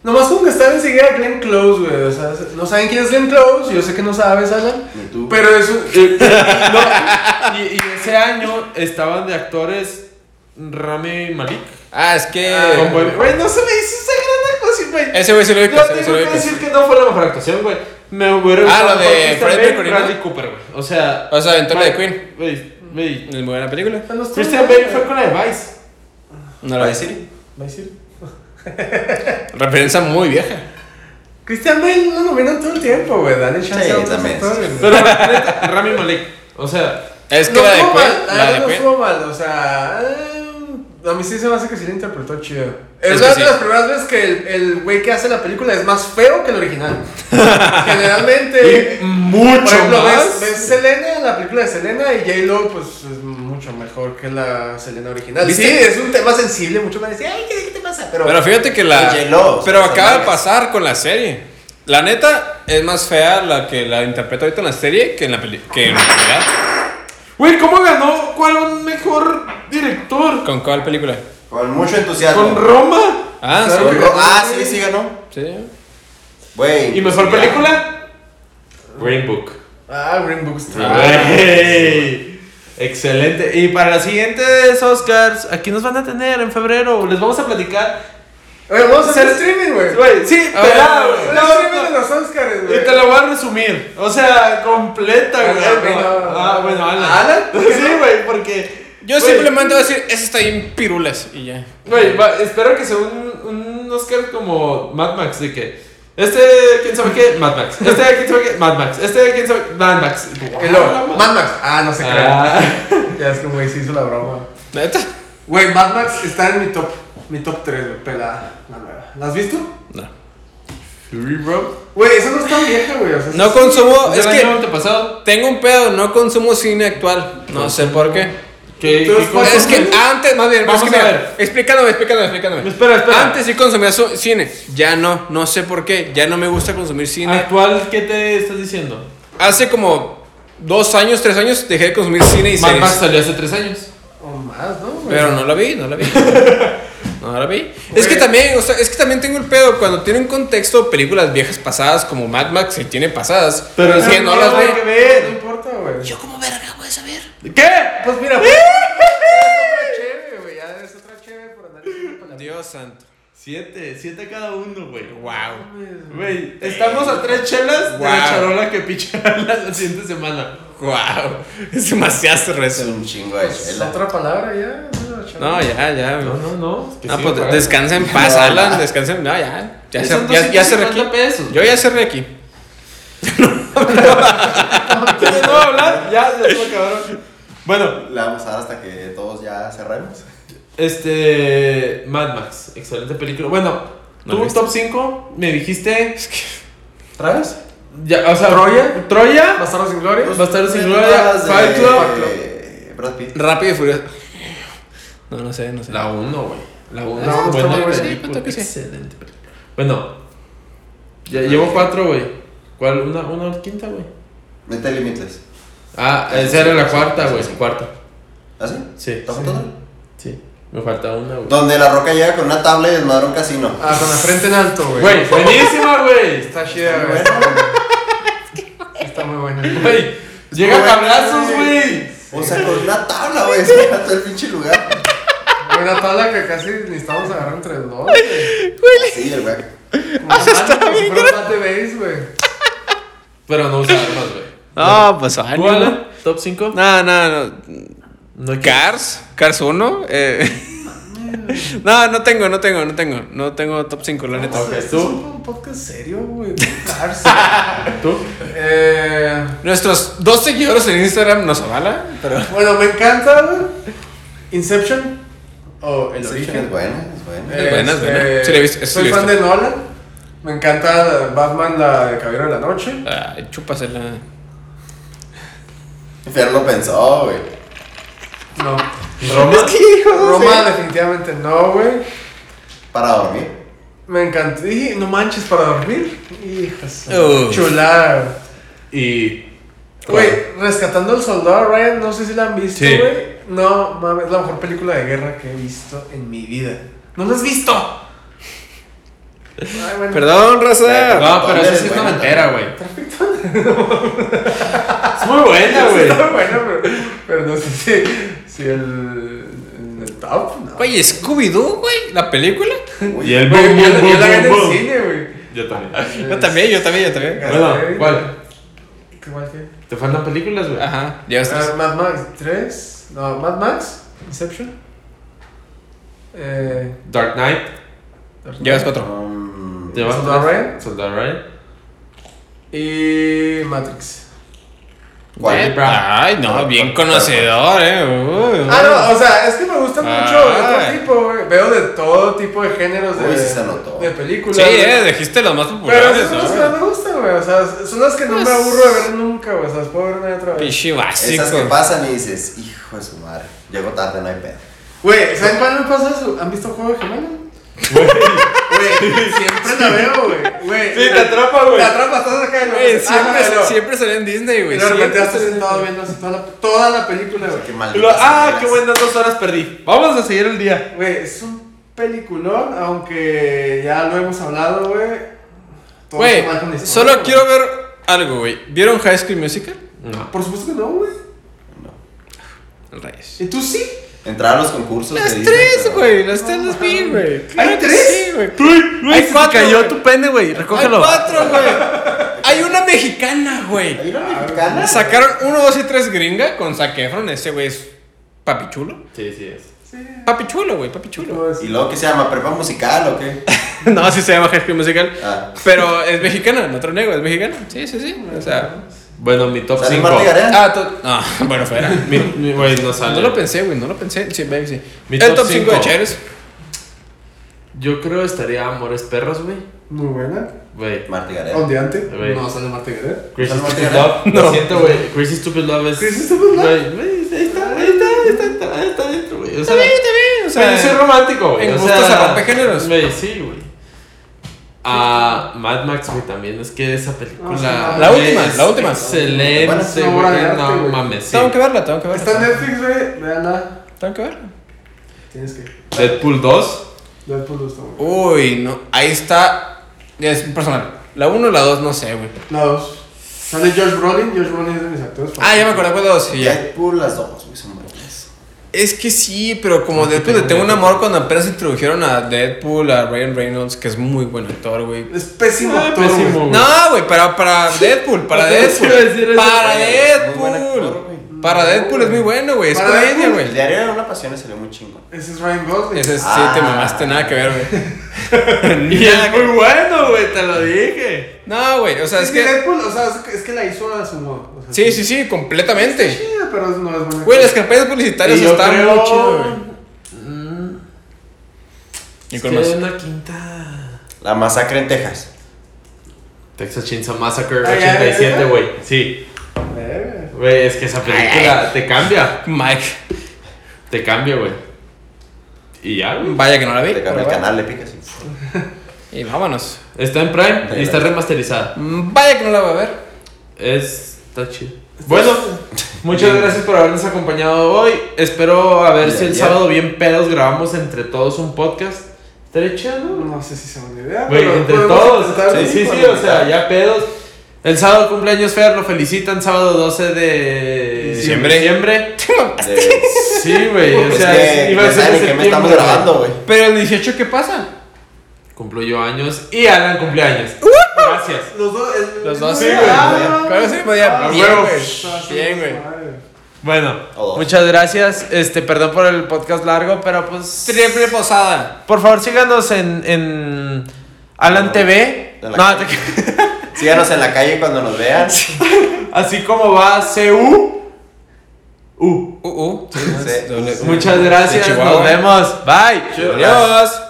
Nomás con que estar enseguida Glenn Close, güey. O sea, no saben quién es Glenn Close. Yo sé que no sabes, Alan. Ni tú. Pero es un. eh, Y, y ese año estaban de actores Rami Malik. Ah, es que. con Bohemian- Güey, no se me hizo esa gran actuación, güey. Ese güey se lo Yo vi tengo que decir que no fue la mejor actuación, güey. Me hubiera gustado lo mejor de Christian Fred Bale, Mercury, Bradley ¿no? Cooper, güey. O sea, O sea, aventura de Queen. güey, güey. Muy buena película. no estoy- Christian Bale fue con la de Vice. No ¿Va la a ves. decir? Va a decir, Referencia muy vieja. Christian Bale no lo miran todo el tiempo, güey. Dale chance Sí, a otros también. actores, güey. Pero neta, Rami Malek, o sea, Es que no la de estuvo Queen. mal, La ah, de no Queen. estuvo mal, o sea, eh, a mí sí se me hace que sí la interpretó chido. Es, Es una que sí. de las primeras veces que el- el güey que hace la película es más feo que el original. Generalmente, y mucho por ejemplo, ves, más. ves Selena, la película de Selena y J-Lo, pues es mucho mejor que la Selena original. ¿Viste? Sí, es un tema sensible, mucho más. Ay, ¿qué, qué te pasa? Pero, Pero fíjate que la. Oye, no, pero se acaba de marca. pasar con la serie. La neta es más fea la que la interpreta ahorita en la serie que en la peli que en la realidad. Güey, ¿cómo ganó cuál un mejor director? ¿Con cuál película? Con mucho entusiasmo. Con Roma. Ah, Claro Con sí. Ro- Ah, sí, sí ganó. Sí. Güey. ¿Y mejor pues, ya. película? Green Book. ah, Green Book está- Güey, Excelente. Y para las siguientes Oscars, aquí nos van a tener en febrero. Les vamos a platicar. Oye, vamos a hacer Ser- streaming, güey. Güey, sí, Ah, pelada, güey. güey. Un No, streaming no. de los Oscars, Y güey. te lo voy a resumir. O sea, completa, Ah, güey. bueno. Ah, bueno, Alan. ¿Alan? ¿Por qué Sí, no? güey, porque. Yo güey, simplemente voy a decir, esa está bien pirulas y ya. Güey, va- espero que sea un, un Oscar como Mad Max, de que. Este, quién sabe qué, Mad Max. Este, quién sabe qué, Mad Max. Este, quién sabe, Mad Max. Y luego, Mad Max. Ah, no se crea. Ah. Ya es que, güey, se hizo la broma. ¿Neta? Güey, Mad Max está en mi top. Mi top 3, güey, pelada. La nueva. ¿La has visto? No. Fury Road. Güey, esa no es tan vieja, güey. O sea, No esa- consumo, Es es el año que antepasado. tengo un pedo, no consumo cine actual. No sé por qué. ¿Qué, Pero qué es- cosa? Es que antes, más bien, Vamos es que a mira, ver. explícame, explícame, explícame. Espera, espera. Antes sí consumía su- cine, ya no, no sé por qué, ya no me gusta consumir cine. actual, ¿qué te estás diciendo? Hace como dos años, tres años dejé de consumir cine y Mad series. Max salió hace tres años. O más, ¿no? güey? Pero no la vi, no la vi. No la vi. Es que también, o sea, es que también tengo el pedo cuando tiene un contexto películas viejas pasadas como Mad Max y tiene pasadas. Pero es es que que no no las hay ve. que Eh, No ver. importa, güey. Yo como verga voy a saber. ¿Qué? Pues mira, pues, ya es otra chévere, güey. Ya es otra chévere por andar diciendo palabras. Dios santo. Siete, siete cada uno, güey. Wow. Güey, estamos a tres chelas de la Wow. charola que picharán la, la siguiente semana. Wow. Es demasiado Es rezo. un chingo de Es chela. otra palabra ya. No, No, ya, ya. No, no, no. Ah, pues descansa en paz, Alan. Descansa en. No, ya. Ya, Son cer- ya, ya cerré 250 aquí. pesos. Yo ya cerré aquí. ¿Quieres no hablar? Ya, ya estuvo cabrón. Bueno, La vamos a dar hasta que todos ya cerremos. este. Mad Max, excelente película. Bueno, No lo he tú visto. top 5 me dijiste. ¿Traes? Ya, o sea, ¿Troya? Troya. ¿Bastardos sin gloria? Bastardos sin gloria, Fight Club. Brad Pitt. Rápido y furioso. No, no sé, no sé. La 1, güey. La 1 La uno es está muy buena buena. película. Sí, que sí. Excelente película. Bueno, ya llevo 4, güey. ¿Cuál? Una, una quinta, güey. No te limites. Ah, Sí, esa era sí, la sí, cuarta, sí, güey. sí. Cuarta. ¿Así? Sí. ¿Todo sí. todo? Sí. Me falta una, güey. Donde la roca llega con una tabla y desmadra un casino. Ah, con la frente en alto, güey. Güey, buenísima, güey. Está chida, güey. Está muy buena. Güey, llega Güey. abrazos, güey. O sea, con una tabla, güey. Se todo el pinche lugar. Una tabla que casi necesitábamos agarrar entre dos, güey. Sí, el güey. Como Eso Ah, está mano, como si bien fuera un bat de base, güey. Pero no usa armas, güey. No, pues ¿Tú, Alan? ánimo. ¿Top 5? No, no, no. No hay que- Cars, Cars 1. eh. no, no tengo, no tengo, no tengo. No tengo top 5, la neta. Ok, Es ¿tú? un podcast serio, güey. Cars. ¿Tú? eh, Nuestros dos seguidores en Instagram nos avala, pero. bueno, me encanta, güey. Inception. O El Sí, Origen. es buena, es buena. Es buena, es buena. Este, Sí, la he visto, eso sí soy la he fan de visto. Nolan. Me encanta Batman, la de Caballero de la Noche. Ay, chúpasela. Fer lo pensó, güey. No. ¿Roma? Roma, definitivamente no, güey. Para dormir. Me encantó. Y no manches para dormir. Hijas. Uf. Chulada. Y. Güey, rescatando al soldado Ryan, no sé si la han visto, Sí. güey. No, mames, es la mejor película de guerra que he visto en mi vida. ¡No la has visto! Ay, bueno. Perdón, raza. No, pero esa Eres sí es buena. noventera, güey. Perfecto. Es muy buena, güey. Está bueno, pero, pero no sé si, si el, en el top, no. Güey, Scooby-Doo, güey, la película. Y el Güey, boom, yo, boom, yo la Ah, boom, vi en el boom, boom. cine, güey. Este, Yo también. Yo también, yo también, yo también. Bueno, ¿cuál? ¿Qué mal que? ¿Te faltan películas, güey? Ajá, llevas tres. Ah, Mad Max 3. No, Mad Max, Inception. Eh, Dark Knight. Llevas cuatro. Mm, ¿te vas? Soldado Ryan. Soldado Ryan. Y Matrix. Ay, ¿Eh? ¿Cuál? bra. Ay, no, bien conocedor, eh. Uy, Ah, no, o sea, es que me gusta mucho de Ah. todo tipo, güey. Veo de todo tipo de géneros de, Uy, sí se notó. de películas. Sí, güey. eh, dijiste los más Pero esas populares, son las que ¿no? más me gustan, güey. O sea, son las que no me Pues- aburro de ver nunca, güey. O sea, las puedo ver una y otra vez. Pichi Esas que básico. pasan y dices, hijo de su madre. Llego tarde, no hay pedo. Güey, ¿saben cuándo me pasa eso? ¿Han visto Juego de Gemelas? Güey, siempre la veo, güey. Güey, Sí, te atrapa, güey. Te atrapa, estás acá y luego- Güey, Ah, no, no. siempre, siempre salió en Disney, Y güey. de repente siempre ya estás salió en sentado viendo así toda la, toda la película, güey. Qué Y lo- maldita ah, sea. qué buenas dos horas perdí. Vamos a seguir el día. Güey, es un peliculón, aunque ya lo hemos hablado, güey. Todo Güey, está mal con la historia, solo güey. quiero ver algo, güey. ¿Vieron High School Musical? No. Por supuesto que no, güey. Reyes. ¿Y tú sí? Entrar a los concursos. de Las Disney, tres, pero- güey. Las tres las vi, güey. Claro que tres? Sí, güey. Hay se te cayó tu pene, güey. Hay cuatro, güey. Hay una mexicana, güey. ¿Hay una mexicana? Sacaron uno, dos y tres gringa con Zac Efron. Ese güey es papi chulo. Sí, sí es. Sí. Papi chulo, güey, papi chulo. No, es- ¿Y luego qué se llama? ¿Prepa musical o qué? no, así se llama High School Musical. Ah. Pero es mexicana, no te lo niego, es mexicana. Sí, sí, sí. O sea. Bueno, mi top ¿Sale 5. Marta Gareda? Ah, tú- Ah, bueno, fuera. Mi, mi- güey, no sale. No lo pensé, güey, no lo pensé. Sí, baby, sí. Mi El top top 5 de cinco. Cheres. Yo creo estaría Amores Perros, güey. Muy buena. Güey. Marta eh, Gareda. Ondeante. Güey. No, sale Marta Guerrero. Crazy ¿Sale Stupid Marta Love. Lo siento, güey. Crazy Stupid Love es. Crazy Stupid Love. Güey, güey, ahí está, ahí está, ahí está, ahí está, ahí está dentro, güey. O sea, bien, o Pero soy romántico, güey. en o sea, gustos se rompe géneros. güey, sí, güey. Ah, Mad Max, güey, también. Es que esa película. O sea, güey, la última, es la última. Bueno, Excelente, es una obra de güey. arte, No güey. mames, sí. Tengo que verla, tengo que verla. Está en Netflix, güey. Veanla. Tengo que verla. Tienes que. Deadpool 2. Deadpool dos está muy buena. Uy, no. Ahí está. Es personal. La 1 o la 2, no sé, güey. La dos. Sale Josh Brolin. Josh Brolin es de mis actores Ah, ya me acordé cuál dos. Sí, ya. Deadpool, las dos, güey, son buenas. Es que sí, pero como Deadpool le tengo un amor cuando apenas introdujeron a Deadpool, a Ryan Reynolds, que es muy buen actor, güey. Es pésimo Ah, actor, pésimo, güey. güey. No, güey, para, para Deadpool, para Apenas Deadpool. iba a decir eso, Para güey. Muy buen actor, Deadpool. güey. Para Deadpool es muy bueno, güey. Es Para comedia, Deadpool. güey. El diario de una pasión salió muy chingo. Ese es Ryan Gosling. Ese es, sí, Ah. te mamaste, nada que ver, güey. Y es muy bueno, güey, te lo dije. No, güey, o sea, es Es que que. Deadpool, o sea, es que, es que la hizo a su modo. o sea, Sí, sí, sí, Sí, completamente. pero no es buena. Güey, las campañas publicitarias Y yo están creo- muy chidas, güey. ¿Y Es con que más? una quinta. La masacre en Texas. Texas Chainsaw Massacre Ah, ya, 87, ¿ya? güey. Sí. Verga. Güey, es que esa película te cambia. Mike, Te cambia, güey. Y ya, güey. vaya que no la vi. Le cambia el canal, le pica así. Y vámonos. Está en Prime y Sí, está la- remasterizada. Mm, Vaya que no la va a ver. Es, está chido. Bueno, muchas gracias por habernos acompañado hoy. Espero a ver Ya, si el ya. sábado bien pedos grabamos entre todos un podcast. Estaría chido, ¿no? No sé si sea buena idea. Güey, pero entre podemos todos. intentar Sí, un sí, sí, para- o sea, ya pedos. El sábado cumpleaños Fer, lo felicitan, sábado 12 de Diciembre. diciembre. De Sí, güey. O Es sea, que, iba a no ser saben en en qué me estamos septiembre, grabando, güey. güey. Pero el 18, ¿qué pasa? Cumplo yo años y Alan cumple años. Gracias. Los dos. Los dos, Sí, sí, güey. güey. Claro, sí, pues ya. Ah, Bien, huevo. güey. Bien, güey. Bueno, O dos. muchas gracias. Este, perdón por el podcast largo, pero pues. Triple posada. Por favor, síganos en, en Alan TV. En la No, calle. te- Síganos en la calle cuando nos vean. Sí. así como va CU. U. Uh, uh. Sí. Muchas gracias. Chihuahua. Nos vemos. Bye. Adiós.